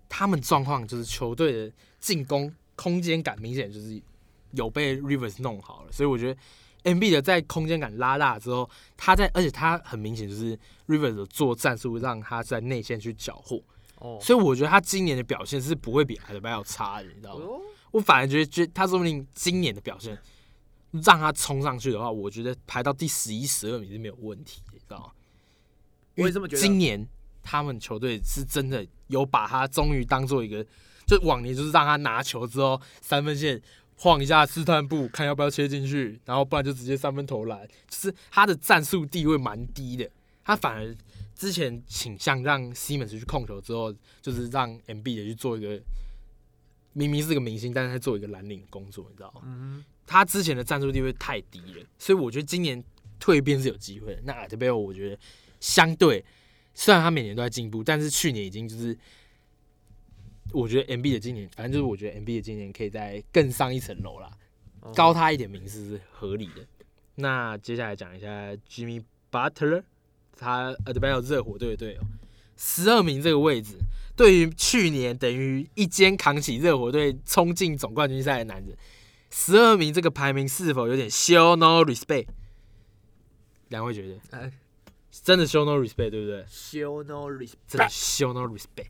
C: 他们状况就是球队的进攻空间感明显就是有被 Rivers 弄好了，所以我觉得 M B 的在空间感拉大之后，他在而且他很明显就是 Rivers 有做战术让他在内线去缴获，
D: 哦，
C: 所以我觉得他今年的表现是不会比 a d b a 差的，你
E: 哎
C: 知道吗？
D: 哦
C: 我反而觉得，觉得他说不定今年的表现让他冲上去的话，我觉得排到第十一、十二名是没有问题的，你知道吗？
E: 我也这么觉得
C: 因为今年他们球队是真的有把他终于当做一个，就往年就是让他拿球之后三分线晃一下试探步，看要不要切进去，然后不然就直接三分投篮，就是他的战术地位蛮低的，他反而。之前倾向让西门 m 去控球之后，就是让 MB 也去做一个明明是个明星，但是他做一个蓝领的工作，你知道吗？
D: 嗯
C: 他之前的战术地位太低了，所以我觉得今年蜕变是有机会的。那 a d b e l 我觉得相对虽然他每年都在进步，但是去年已经就是我觉得 MB 的今年，反正就是我觉得 MB 的今年可以再更上一层楼啦，
E: 嗯
D: 哼，
C: 高他一点名次是合理的。那接下来讲一下 Jimmy Butler，他 a d b e l 热火队的队友，十二名这个位置，对于去年等于一肩扛起热火队冲进总冠军赛的男人，十二名这个排名是否有点 show no respect？两位觉得
D: 哎，
C: 真的 show no respect 对不对？
E: show no respect，
C: 真的 show no respect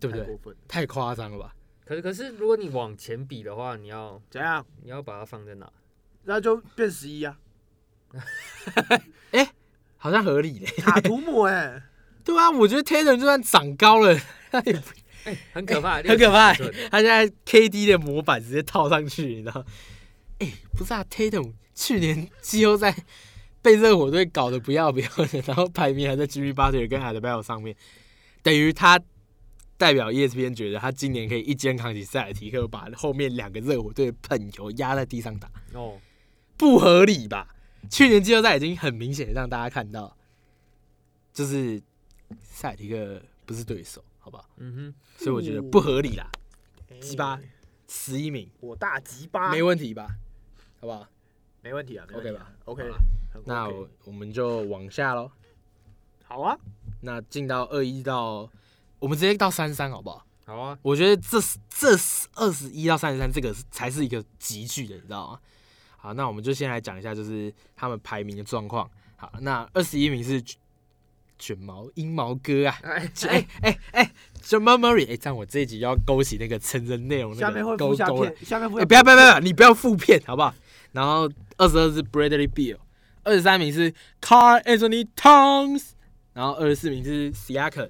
C: 对不对
E: 太过？分了，
C: 太夸张了吧？
D: 可是可是如果你往前比的话，你要
E: 怎样？
D: 你要把它放在哪？
E: 那就变十 一啊，
C: 好像合理嘞。
E: 塔图姆哎，
C: 对啊，我觉得 Taylor 就算长高了，他也不
D: 很可 怕，
C: 很可怕欸
D: 六十几寸
C: 他现在 KD 的模板直接套上去，你知道？哎、不是啊，Tatum 去年季后赛被热火队搞得不要不要的，然后排名还在 Jimmy Butler 跟 a d b e l 上面，等于他代表 E ESPN 觉得他今年可以一肩扛起塞尔提克，把后面两个热火队的喷球压在地上打，
D: 哦，
C: 不合理吧？去年季后赛已经很明显地让大家看到，就是塞尔提克不是对手，好不好？
D: 嗯
C: 所以我觉得不合理啦， 鸡巴
E: 哎
C: 十一名。
E: 我大吉巴，
C: 没问题吧？好不好？
E: 没问题啊没问题
C: OK
E: 啊
C: 吧
E: ，OK，
C: 好啦
E: 很
C: 那
E: OK
C: 我我们就往下喽。
E: 好啊，
C: 那进到二一到，我们直接到三三好不好？
D: 哼，好啊，
C: 我觉得这这二十一到三十三这个是才是一个集聚的，你知道吗？好，那我们就先来讲一下，就是他们排名的状况。好，那二十一名是卷卷毛阴毛哥啊，
D: 哎
C: 哎哎哎，卷毛 Murray，哎、这样我这一集要勾起那个成人内容
E: 下
C: 那
E: 面
C: 个
E: 会
C: 勾
E: 附下
C: 勾了
E: 片，。下面
C: 哎、
E: 会
C: 不要不要不要，你不要负片好不好？然后二十二是 Bradley Beal，二十三名是 Carl Anthony Towns，然后二十四名是 Siakam，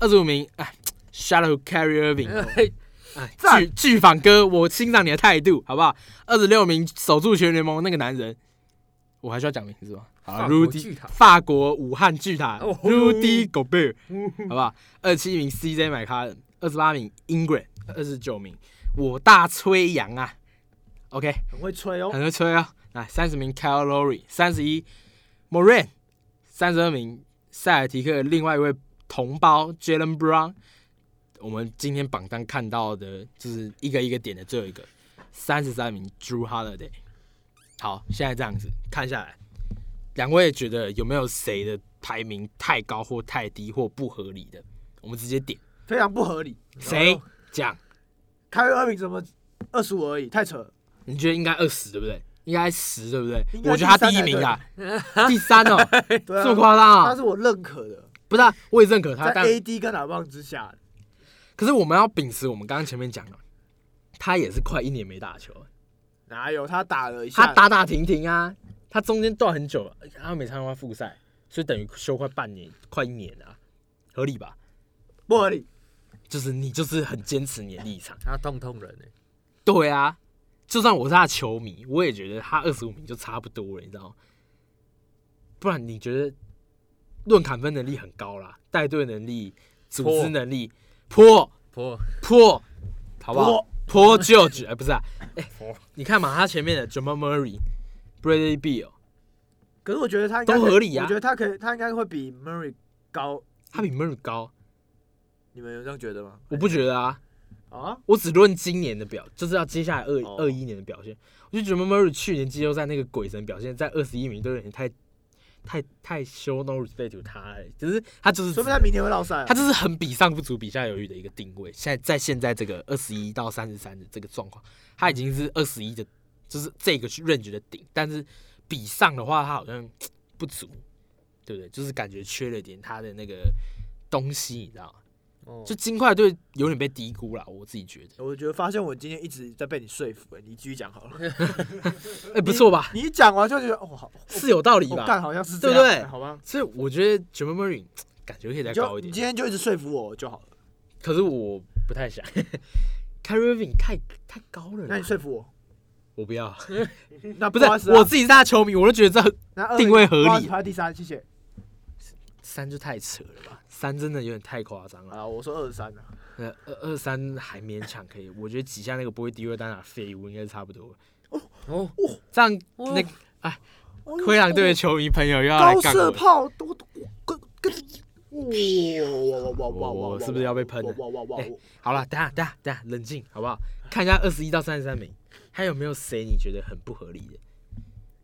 C: 二十五名哎 s h a d o w Carry Irving，哦
D: 哎
C: 哎，
E: 赞
C: 巨巨访哥，我欣赏你的态度好不好？二十六名守住全联盟那个男人，我还需要讲名字吗？好
D: 法
C: 啊
D: 国
C: ，Rudy，
D: 巨塔
C: 法国武汉巨塔
D: 哦
C: Rudy Gobert，好不好？二七名 CJ 麦卡伦，二十八名 Ingram，二十九名我大吹羊啊，OK，
E: 很会吹哦，
C: 很会吹啊、来，三十名 Kyle Lowry，三十一 Moran，三十二名塞尔提克的另外一位同胞 Jalen Brown。我们今天榜单看到的就是一个一个点的最后一个，三十三名 Drew Holiday。好，现在这样子看下来，两位觉得有没有谁的排名太高或太低或不合理的，我们直接点
E: 非常不合理。
C: 谁讲？
E: 凯尔二名怎么二十五而已？太扯了。
C: 你觉得应该二十对不对？应该十对不对
E: 应？该
C: 我觉得他第一名啊， 第三哦，
E: 对
C: 这么
E: 啊，
C: 夸张
E: 他
C: 啊？
E: 是我认可的，
C: 不是啊，我也认可他，
E: 在
C: 但
E: AD 跟老棒之下，
C: 可是我们要秉持我们刚刚前面讲的，他也是快一年没打球了，
E: 哪有他打了一下？
C: 他打打停停啊，他中间断很久了，他没参加复赛，所以等于休快半年，快一年啊，合理吧？
E: 不合理。
C: 就是你就是很坚持你的立场，
D: 他痛痛人呢、欸
C: 对啊，就算我是他的球迷，我也觉得他二十五名就差不多了，你知道吗？不然你觉得论砍分能力很高啦，带队能力、组织能力破
D: 破
C: 破，好不好？破 George，哎、不是啊，哎、
D: 哦
C: 你看嘛，他前面的 Jamal Murray、Bradley Beal，
E: 可是我觉得他应该
C: 都
E: 可以
C: 合理啊
E: 我觉得他可以，他应该会比 Murray 高。
C: 他比 Murray 高，
E: 你们有这样觉得吗？
C: 我不觉得啊，
E: 啊，
C: 我只论今年的表，就是要接下来二
E: 哦
C: 二一年的表现。我就觉得 Murray 去年季后赛那个鬼神表现，在二十一名都有点太太太 show no respect to 他、欸，只是他就是
E: 说不定他明年会落赛啊。
C: 他就是很比上不足，比下有余的一个定位。现在在现在这个二十一到三十三的这个状况，他已经是二十一的，就是这个 range 的顶，但是比上的话，他好像不足，对不对？就是感觉缺了点他的那个东西，你知道吗？
D: 哦
C: 就金块队有点被低估了，我自己觉得。
E: 我觉得发现我今天一直在被你说服，你继续讲 好了。
C: 哎、不错吧？
E: 你一讲完就觉得哦，好，
C: 是有道理
E: 我
C: 吧？
E: 干好像是这
C: 对不
E: 样，
C: 对
E: 好吧，
C: 所以我觉得 j a m a m u r r y 感觉可以再
E: 你
C: 高
E: 就
C: 一
E: 你
C: 点，
E: 今天就一直说服我就好了。
C: 可是我不太 想。c a r r y Irving 太太高了
E: 那
C: 啦
E: 你，说服我，
C: 我不要。
E: 那
C: 不
E: 不好意
C: 是
E: 思啊
C: 我自己是他的球迷，我都觉得这
E: 那二
C: 定位合理
E: 不好意思排第三，谢谢。
C: 三就太扯了吧？三真的有点太夸张了。
E: 啊，我说二十三啊，
C: 呃，二二三还勉强可以，我觉得几下那个不会低位单打废物应该是差不多了。
D: 哦，
C: 这样那个灰
E: 哦
C: 狼队的球迷朋友又要啊来
E: 高
C: 干
E: 射
C: 我，
E: 炮都都跟跟。哇哇哇哇哇
C: 我
E: 哇！
C: 是不是要被喷了
E: 哇哇哇哇
C: 哎！好了，等下等下等下，冷静好不好？看一下二十一到三十三名，还有没有谁你觉得很不合理的？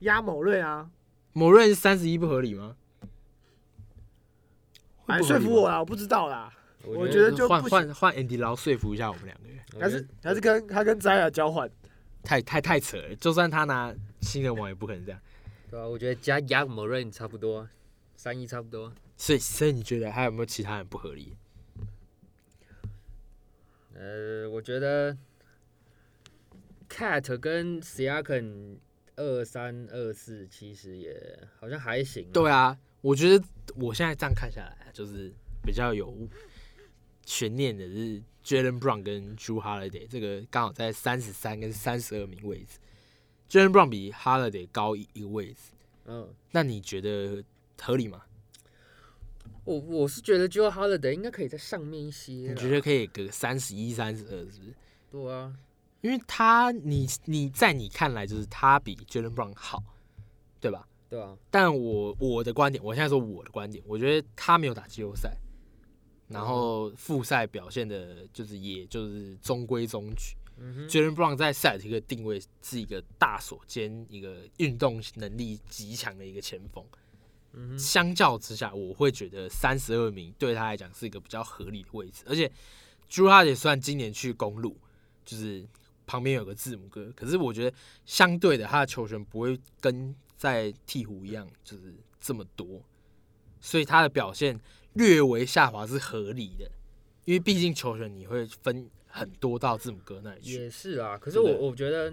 E: 压某瑞啊，
C: 某人三十一不合理吗？
E: 来
C: 会不合
E: 哎说
C: 理
E: 服
C: 吗
E: 我啦，我不知道啦，我
D: 觉
E: 觉得就
C: 呃换
E: 不行
C: 换换 Andy 劳说服一下我们两个人，
D: 我觉得
E: 还是还是跟他跟摘尔交换，
C: 太太太扯了。就算他拿新人王也不可能这样。
D: 对啊，我觉得加亚某人差不多啊，三一差不多啊。
C: 所以，所以你觉得还有没有其他人不合理？
D: 呃，我觉得 Cat 跟 s i a k a n 二三二四其实也好像还行、啊。
C: 对啊，我觉得我现在这样看下来，啊就是比较有悬念的是 Jalen Brown 跟 Drew Holiday 这个刚好在三十三跟三十二名位置，Jalen Brown 比 Holiday 高一一个位置。
D: 嗯，
C: 那你觉得合理吗？
D: 我我是觉得 Joe Holiday 应该可以在上面一些
C: 你
D: 啦。
C: 觉得可以个三十一、三十二，是不是？
D: 对啊，
C: 因为他，你你在你看来就是他比 Jalen Brown 好，对吧？
D: 对啊，
C: 但我我的观点，我现在说我的观点，我觉得他没有打季后赛，然后复赛表现的就是也就是中规中矩。
D: 嗯哼，
C: Jalen Brown 在塞尔提克定位是一个大手兼一个运动能力极强的一个前锋，
D: 嗯哼，
C: 相较之下，我会觉得三十二名对他来讲是一个比较合理的位置，而且 j u h a 也算今年去公路，就是旁边有个字母哥，可是我觉得相对的他的球权不会跟在鹈鹕一样就是这么多，所以他的表现略微下滑是合理的，因为毕竟球权你会分很多到字母哥那里去，
D: 也是啊。可是
C: 对不
D: 我
C: 对
D: 我觉得，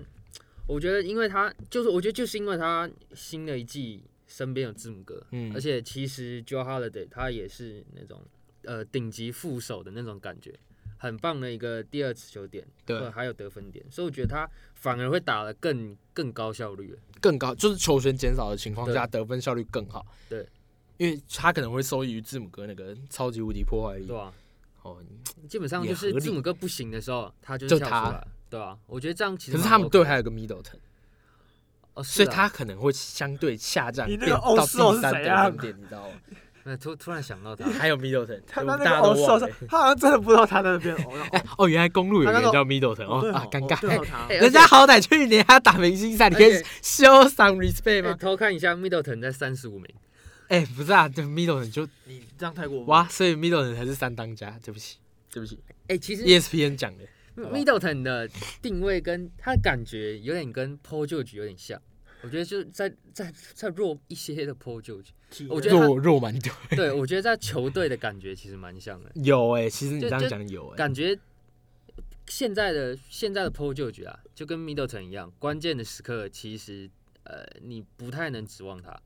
D: 我觉得因为他就是，我觉得就是因为他新的一季身边有字母哥，
C: 嗯
D: 而且其实 Joe Holiday 他也是那种呃顶级副手的那种感觉，很棒的一个第二持球点，
C: 对
D: 或者还有得分点，所以我觉得他反而会打得更更高效率。
C: 更高，就是球权减少的情况下，得分效率更好。
D: 对，
C: 因为他可能会受益于字母哥那个超级无敌破坏力
D: 对。啊，
C: 哦，
D: 基本上
C: 也
D: 就是
C: 合理
D: 字母哥不行的时候，他就
C: 就
D: 跳出
C: 他
D: 来，对啊，我觉得这样其实
C: 可是
D: 蛮
C: 他们
D: OK
C: 队
D: 的啊
C: 还有个 Middleton，
D: 哦，
C: 所以
D: 是啊
C: 他可能会相对下降，
E: 你那个
C: 变到
E: Oso
C: 第三
E: 是怎
C: 得
E: 样
C: 分点，你知道 吗？
D: 那突突然想 到他，
C: 还有 Middleton，
E: 他
C: 哎我们
E: 他那
C: 大家
E: 个
C: 都
E: 哦，
C: 忘
E: 受
C: 了
E: 伤。，他好像真的不知道他在那 边。哦
C: 哎哦，原来公路有
E: 他
C: 人
E: 那个
C: 叫 Middleton
E: 哦
C: 哦
E: 对
C: 啊
E: 哦，
C: 尴
E: 对
C: 尬。
E: 哦他
D: 哎
C: 人家好歹去年还要打明星赛，你可以
D: 而且
C: show some respect
D: 欸
C: 吗？
D: 偷看一下 Middleton 在三十五名，
C: 哎、不是啊，这 Middleton 就
E: 你这样太过分
C: 哇，，所以 Middleton 才是三当家，对不起，E 对不起
D: 哎，其实
C: ，ESPN 讲的，
D: Middleton 的定位跟他的感觉有点跟 Paul George 有点像，我觉得就是在在再弱一些的 Paul George，
E: 体
D: 我觉得他
C: 弱弱蛮多。
D: 对我觉得在球队的感觉其实蛮像的，
C: 有哎、其实你
D: 就
C: 这样
D: 就
C: 讲有哎、
D: 感觉现在的现在的 Paul George 啊，就跟 Middleton 一样，关键的时刻其实呃你不太能指望他，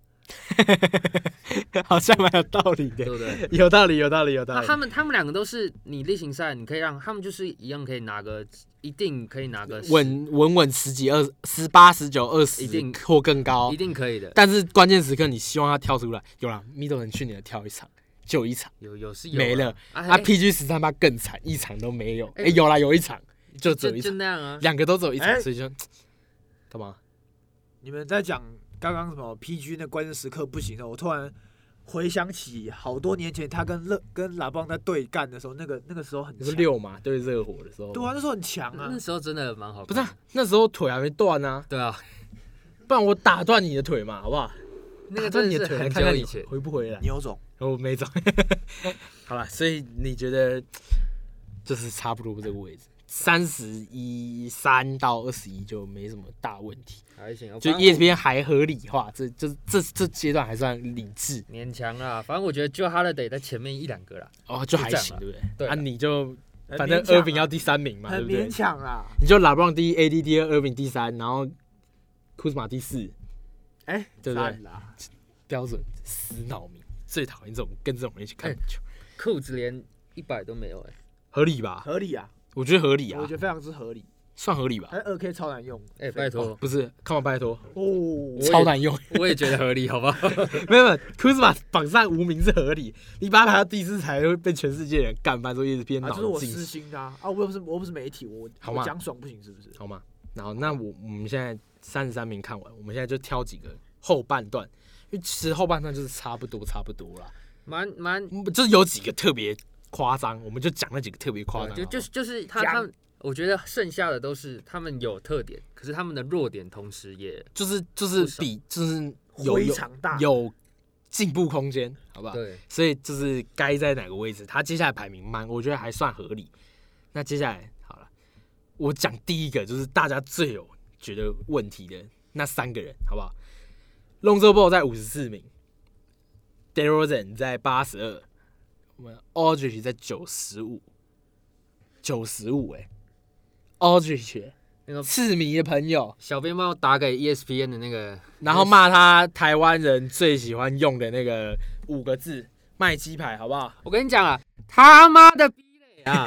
C: 好像蛮有道理
D: 对
C: 的，
D: 不对？
C: 有道理，有道理，有道
D: 那
C: 理。
D: 他们他们两个都是你例行赛，你可以让他们就是一样可以拿个一定可以拿个十，
C: 稳稳稳十几二十八十九二十
D: 一定
C: 或更高
D: 一，定可以的，
C: 但是关键时刻你希望他跳出来，有啦，Middleton 去年的跳一场就一场
D: 有有是有啊
C: 没了，
D: 啊
C: 啊
D: 哎
C: ，PG 十三八更惨，一场都没有，
D: 哎
C: 哎，有啦，有一场就只
D: 就
C: 有一
D: 就
C: 场，
D: 那样啊，
C: 两个都只有一场，
E: 哎
C: 所以就干嘛？
E: 你们在讲刚刚什么 PG 那关键时刻不行的，我突然回想起好多年前他跟勒跟拉邦在对干的时候，那个那个时候很
C: 你
E: 强
C: 说，六嘛，对热火的时候，
E: 对啊，那时候很强啊
D: 那，时候真的蛮好看的，
C: 不是啊，那时候腿还没断啊，
D: 对啊，
C: 不然我打断你的腿嘛，好不好？
D: 那个
C: 打断
D: 真
C: 你
D: 的
C: 的
D: 是
C: 腿，
D: 很
C: 看
D: 久
C: 看
D: 以
C: 你
D: 前。
C: 回不回来。
E: 牛总，
C: 我没找。好了，所以你觉得就是差不多这个位置，三十一三到二十一就没什么大问题，
D: 还行啊，
C: 就
D: 反正
C: ESPN 还合理化，这这这这阶段还算理智
D: 我勉强啦，反正我觉得就 Holiday 在前面一两个啦，
C: 哦，就还行，对
D: 就这
C: 不对？
D: 对
C: 啊，
D: 啦
C: 你就反
E: 很
C: 正
E: 勉强啊
C: 二饼要第三名嘛，对
E: 很
C: 不对
E: 勉？强啊啦。
C: 你就拉布朗第一，AD 第二，二饼第三，然后库兹马第四，
E: 哎，
C: 对不对
E: 烂啦，
C: 标准死脑迷，最讨厌这种跟这种人一起看
D: 哎
C: 球，
D: 裤子连一百都没有哎、
C: 合理吧？
E: 合理啊，
C: 我觉得合理啊
E: 我，觉得非哎常之合理。
C: 算合理吧？
E: 但二 K 超难用，
D: 哎、拜
C: 哦
D: 托，
C: 不是，看完拜托，
E: 哦
D: 我，也
C: 超难用。
D: 我也觉得合理，好不好？
C: 没有没有，库兹马榜上无名是合理，你把他排到第四才会被全世界人干翻，说一直变
E: 啊，
C: 脑
E: 这是我
C: 筋，
E: 私心的啊，啊我又不是我又不是媒体，我
C: 好嘛
E: 我讲爽不行是不是？
C: 好吗？然后那我我们现在三十三名看完，我们现在就挑几个后半段，因为其实后半段就是差不多差不多啦，
D: 蛮蛮，
C: 嗯就是有几个特别夸张，我们就讲那几个特别 夸张好啊
D: 就
C: 了，
D: 就是就是他
E: 讲
D: 他们，我觉得剩下的都是他们有特点，可是他们的弱点同时也
C: 就是就是比就是有
E: 非
C: 有
E: 常大，
C: 有进步空间，好不好？
D: 对，
C: 所以就是该在哪个位置，他接下来排名蛮，我觉得还算合理。那接下来好了，我讲第一个就是大家最有觉得问题的那三个人，好不好？Lonzo Ball 在五十四名 d e r o z a n 在八十二，我们 Aldridge 在九十五，九十五哎，Aldridge
D: 那个
C: 刺迷的朋友，
D: 小编帮我打给 E ESPN 的那个，
C: 然后骂他台湾人最喜欢用的那个五个字卖鸡排，好不好？
D: 我跟你讲啊，他妈的逼 嘞啊，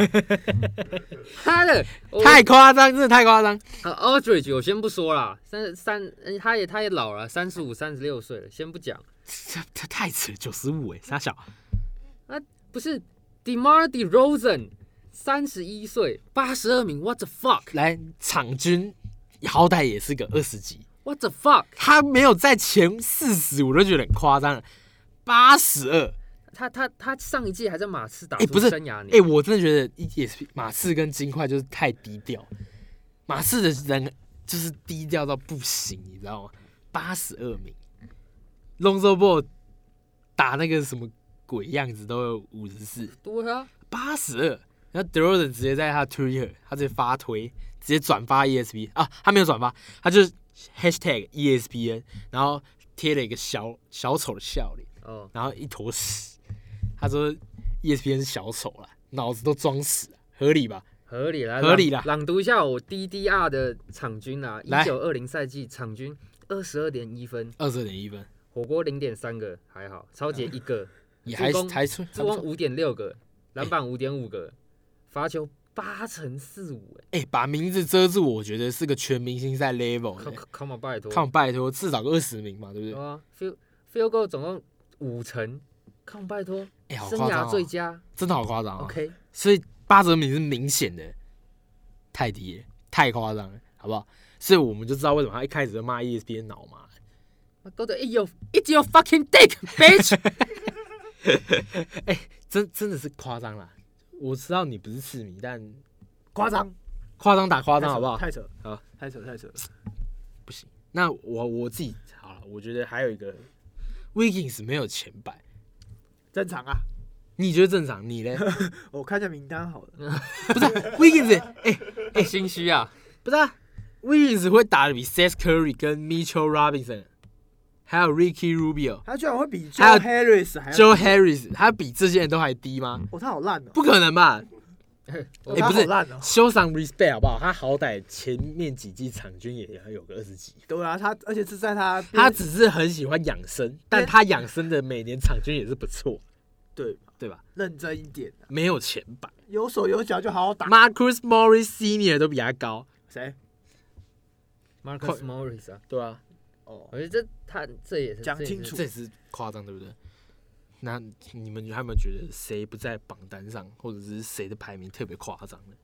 D: 他的我
C: 太夸张，真的太夸张。
D: 啊，Aldridge 我先不说啦，三三，嗯他也他也老了，三十五、三十六岁了，先不讲。
C: 这这太扯，九十五哎，傻小，
D: 不是 Demar Derozan，三十一岁，八十二名，What the fuck？What
C: 来场均好歹也是个二十几，
D: the fuck？
C: 他没有在前四十，我都觉得很夸张了。八十二，
D: 他他他上一季还在马刺打
C: 哎啊
D: 出
C: 不是
D: 生涯年，
C: 哎，我真的觉得也是马刺跟金块就是太低调，马刺的人就是低调到不行，你知道吗？八十二名，Lonzo Ball 打那个什么鬼样子都有五十四，
D: 对啊，
C: 八十二。然后 d e r o z a n 直接在他的 Twitter，他直接发推，直接转发 ESPN 啊，他没有转发，他就是 Hashtag E ESPN，然后贴了一个小小丑的笑脸，
D: 哦，
C: 然后一坨屎。他说 E ESPN 是小丑啦，脑子都装屎了，合理吧？
D: 合理啦，
C: 合理啦
D: 朗朗读一下我 DDR 的场均啊，一
C: 来
D: 九二零赛季场均二十二点一分，
C: 二十二点一分，
D: 火锅零点三个，还好，超级一个，
C: 也还
D: 助攻
C: 还出
D: 助攻五点六个，篮板五点五个，罚球八乘四五，哎
C: 哎、把名字遮住，我觉得是个全明星赛 level 的、
D: ，come come on，拜托，
C: 看我拜托，至少个二十名嘛，对不对
D: 对？啊，feel feel go 总共五成，come on，拜托。
C: 哎、好
D: 生
C: 夸张、
D: 涯最
C: 哦，
D: 佳。
C: 真的好夸张、哦。
D: OK，
C: 所以八折米是明显的太低了，太夸张了，好不好？所以我们就知道为什么他一开始就骂 E ESPN 脑麻。
D: 我啊都得 your it's your fucking dick bitch 。
C: 真真的是夸张啦！我知道你不是痴迷，但
E: 夸张，
C: 夸张打夸
E: 夸
C: 张好不好？
E: 太扯，
C: 好，
E: 太扯，太扯。
C: 那我我自己好了，我觉得还有一个 Wiggins 没有前百，
E: 正常啊。
C: 你觉得正常？ 你嘞
E: 我看一下名单好了，
C: ？Wiggins，哎、
D: 哎，心虚啊，
C: 不是啊，Wiggins 会打的比 Seth Curry 跟 Mitchell Robinson，还有 Ricky Rubio、
E: 他居然会比
C: 还
E: Joe
C: 有
E: Harris 还要，
C: Joe Harris，他比这些人都还低吗？
E: 哦，他好烂哦，
C: 不可能吧？
E: 哦
C: 哎
E: 他
C: 不是
E: 好烂哦。
C: 修上 respect 好不好？他好歹前面几季场均也要有个二十几，
E: 对啊，他而且是在他
C: 他只是很喜欢养生，但他养生的每年场均也是不错，
E: 对
C: 对吧？
E: 认真一点啊，
C: 没有前百
E: 有手有脚就好好打。
C: ，Marcus Morris Senior 都比他高，
E: 谁？
D: Marcus Morris 啊，
C: 对吧、啊？
E: 哦，
D: 我觉得这他这也是
E: 讲
D: 这也是
E: 清楚
C: 这也是夸张，对不对？那你们还有没有觉得谁不在榜单上，或者是谁的排名特别夸张的？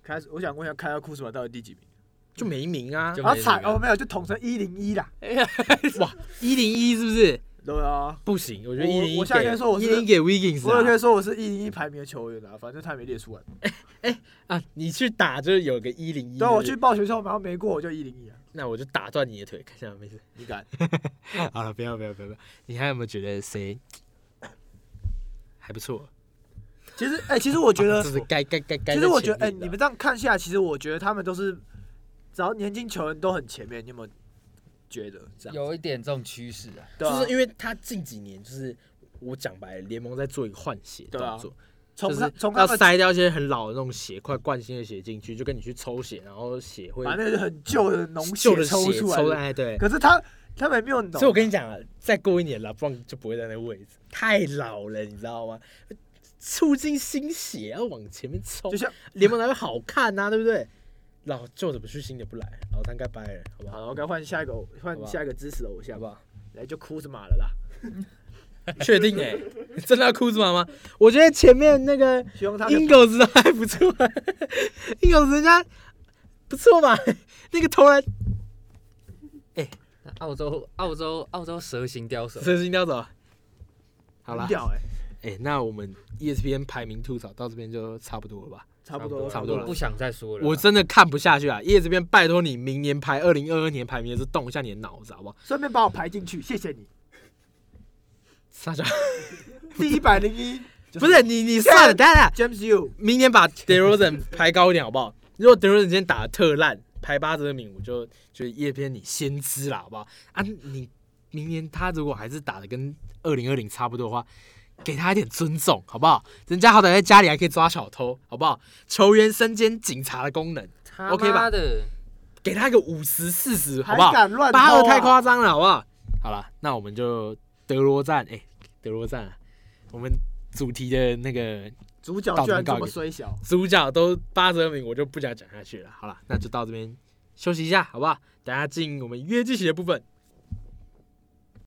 E: 开始我想问一下，开到库兹马到底第几名？
C: 就没名啊
D: 就！没
E: 啊，
D: 名
E: 惨
D: 啊
E: 哦，没有，就统称一零一啦。
C: 哇，一零一是不是
E: 对啊，
C: 不行？我觉得一
E: 我
C: 零一
E: 我下一个说我
C: 一
E: 是
C: 零给 Wiggins，
E: 我有可以
C: 啊
E: 说我是一零一排名的球员啊，反正他也没列出来。
C: 啊，你去打就有个一零一，
E: 对啊，我去报学校，然后没过我就一零一啊。
C: 那我就打断你的腿，看一下没事。
E: 你敢？
C: 好了，不要不要不要不要！你还有没有觉得谁还不错？啊
E: 其实，哎，其实我觉得
C: 就，是该该该该在前面的。啊
E: 其实我觉得，哎，你们这样看下来，其实我觉得他们都是，只要年轻球员都很前面，你有没有觉得这样？
D: 有一点这种趋势啊，
E: 对啊
C: 就是因为他近几年就是我讲白了，联盟在做一个换血的动作，
E: 啊从
C: 就
E: 他
C: 是
E: 从他
C: 要
E: 们
C: 塞掉一些很老的那种血块惯性的血进去，就跟你去抽血，然后血会
E: 把那个很旧的脓
C: 旧
E: 血
C: 的
E: 抽
C: 血
E: 出
C: 抽
E: 来的。
C: 来，对。
E: 可是他他们也没有脓，
C: 所以我跟你讲啊，再过一年，拉布朗就不会在那个位置，太老了，你知道吗？促进新血要往前面冲
E: 就，像
C: 联盟才会好看呐、对不对？老旧的不去，新的不来，老三该掰了，好不好？
E: 好，我该换下一个偶，换
C: 好吧
E: 下一个支持偶像
C: 好不好？
E: 来就库兹马了啦。
C: 确定哎、真的要哭出来吗？我觉得前面那个
E: 希望他可以
C: 英狗子都还不错，啊英狗子人家 不错嘛，那个投篮
D: 那澳洲澳洲澳洲蛇形刁手，
C: 蛇形刁手。啊好啦
E: 很，屌哎，
C: 哎、那我们 ESPN 排名吐槽到这边就差不多了吧？
E: 差不多
C: 差不多
D: 我
C: 了
D: 不想再说了啊。
C: 我真的看不下去啊！ESPN 拜托你，明年排二零二二年排名的时候动一下你的脑子好不好？
E: 顺便把我排进去，谢谢你。
C: 傻傻，
E: 第一百零一
C: 不是你，你算了，等一下，
E: James U，
C: 明年把 DeRozan 排高一点好不好？如果 DeRozan 今天打的特烂，排八折名，我就觉得叶片你先知啦，好不好？啊，你明年他如果还是打的跟二零二零差不多的话，给他一点尊重好不好？人家好歹在家里还可以抓小偷，好不好？球员身兼警察的功能，
D: 他
C: OK 吧
D: 妈的，
C: 给他一个五十四十，好
E: 还
C: 不好？
E: 敢乱
C: 八二
E: 偷啊
C: 太夸张了，好不好？好了，那我们就德罗赞，哎、德罗赞、啊，我们主题的那个
E: 主角
C: 到
E: 居
C: 这边
E: 然这
C: 告一
E: 么
C: 个
E: 衰小，
C: 主角都八折名，我就不想讲下去了。好了，那就到这边休息一下，好不好？等下进我们约剧情的部分。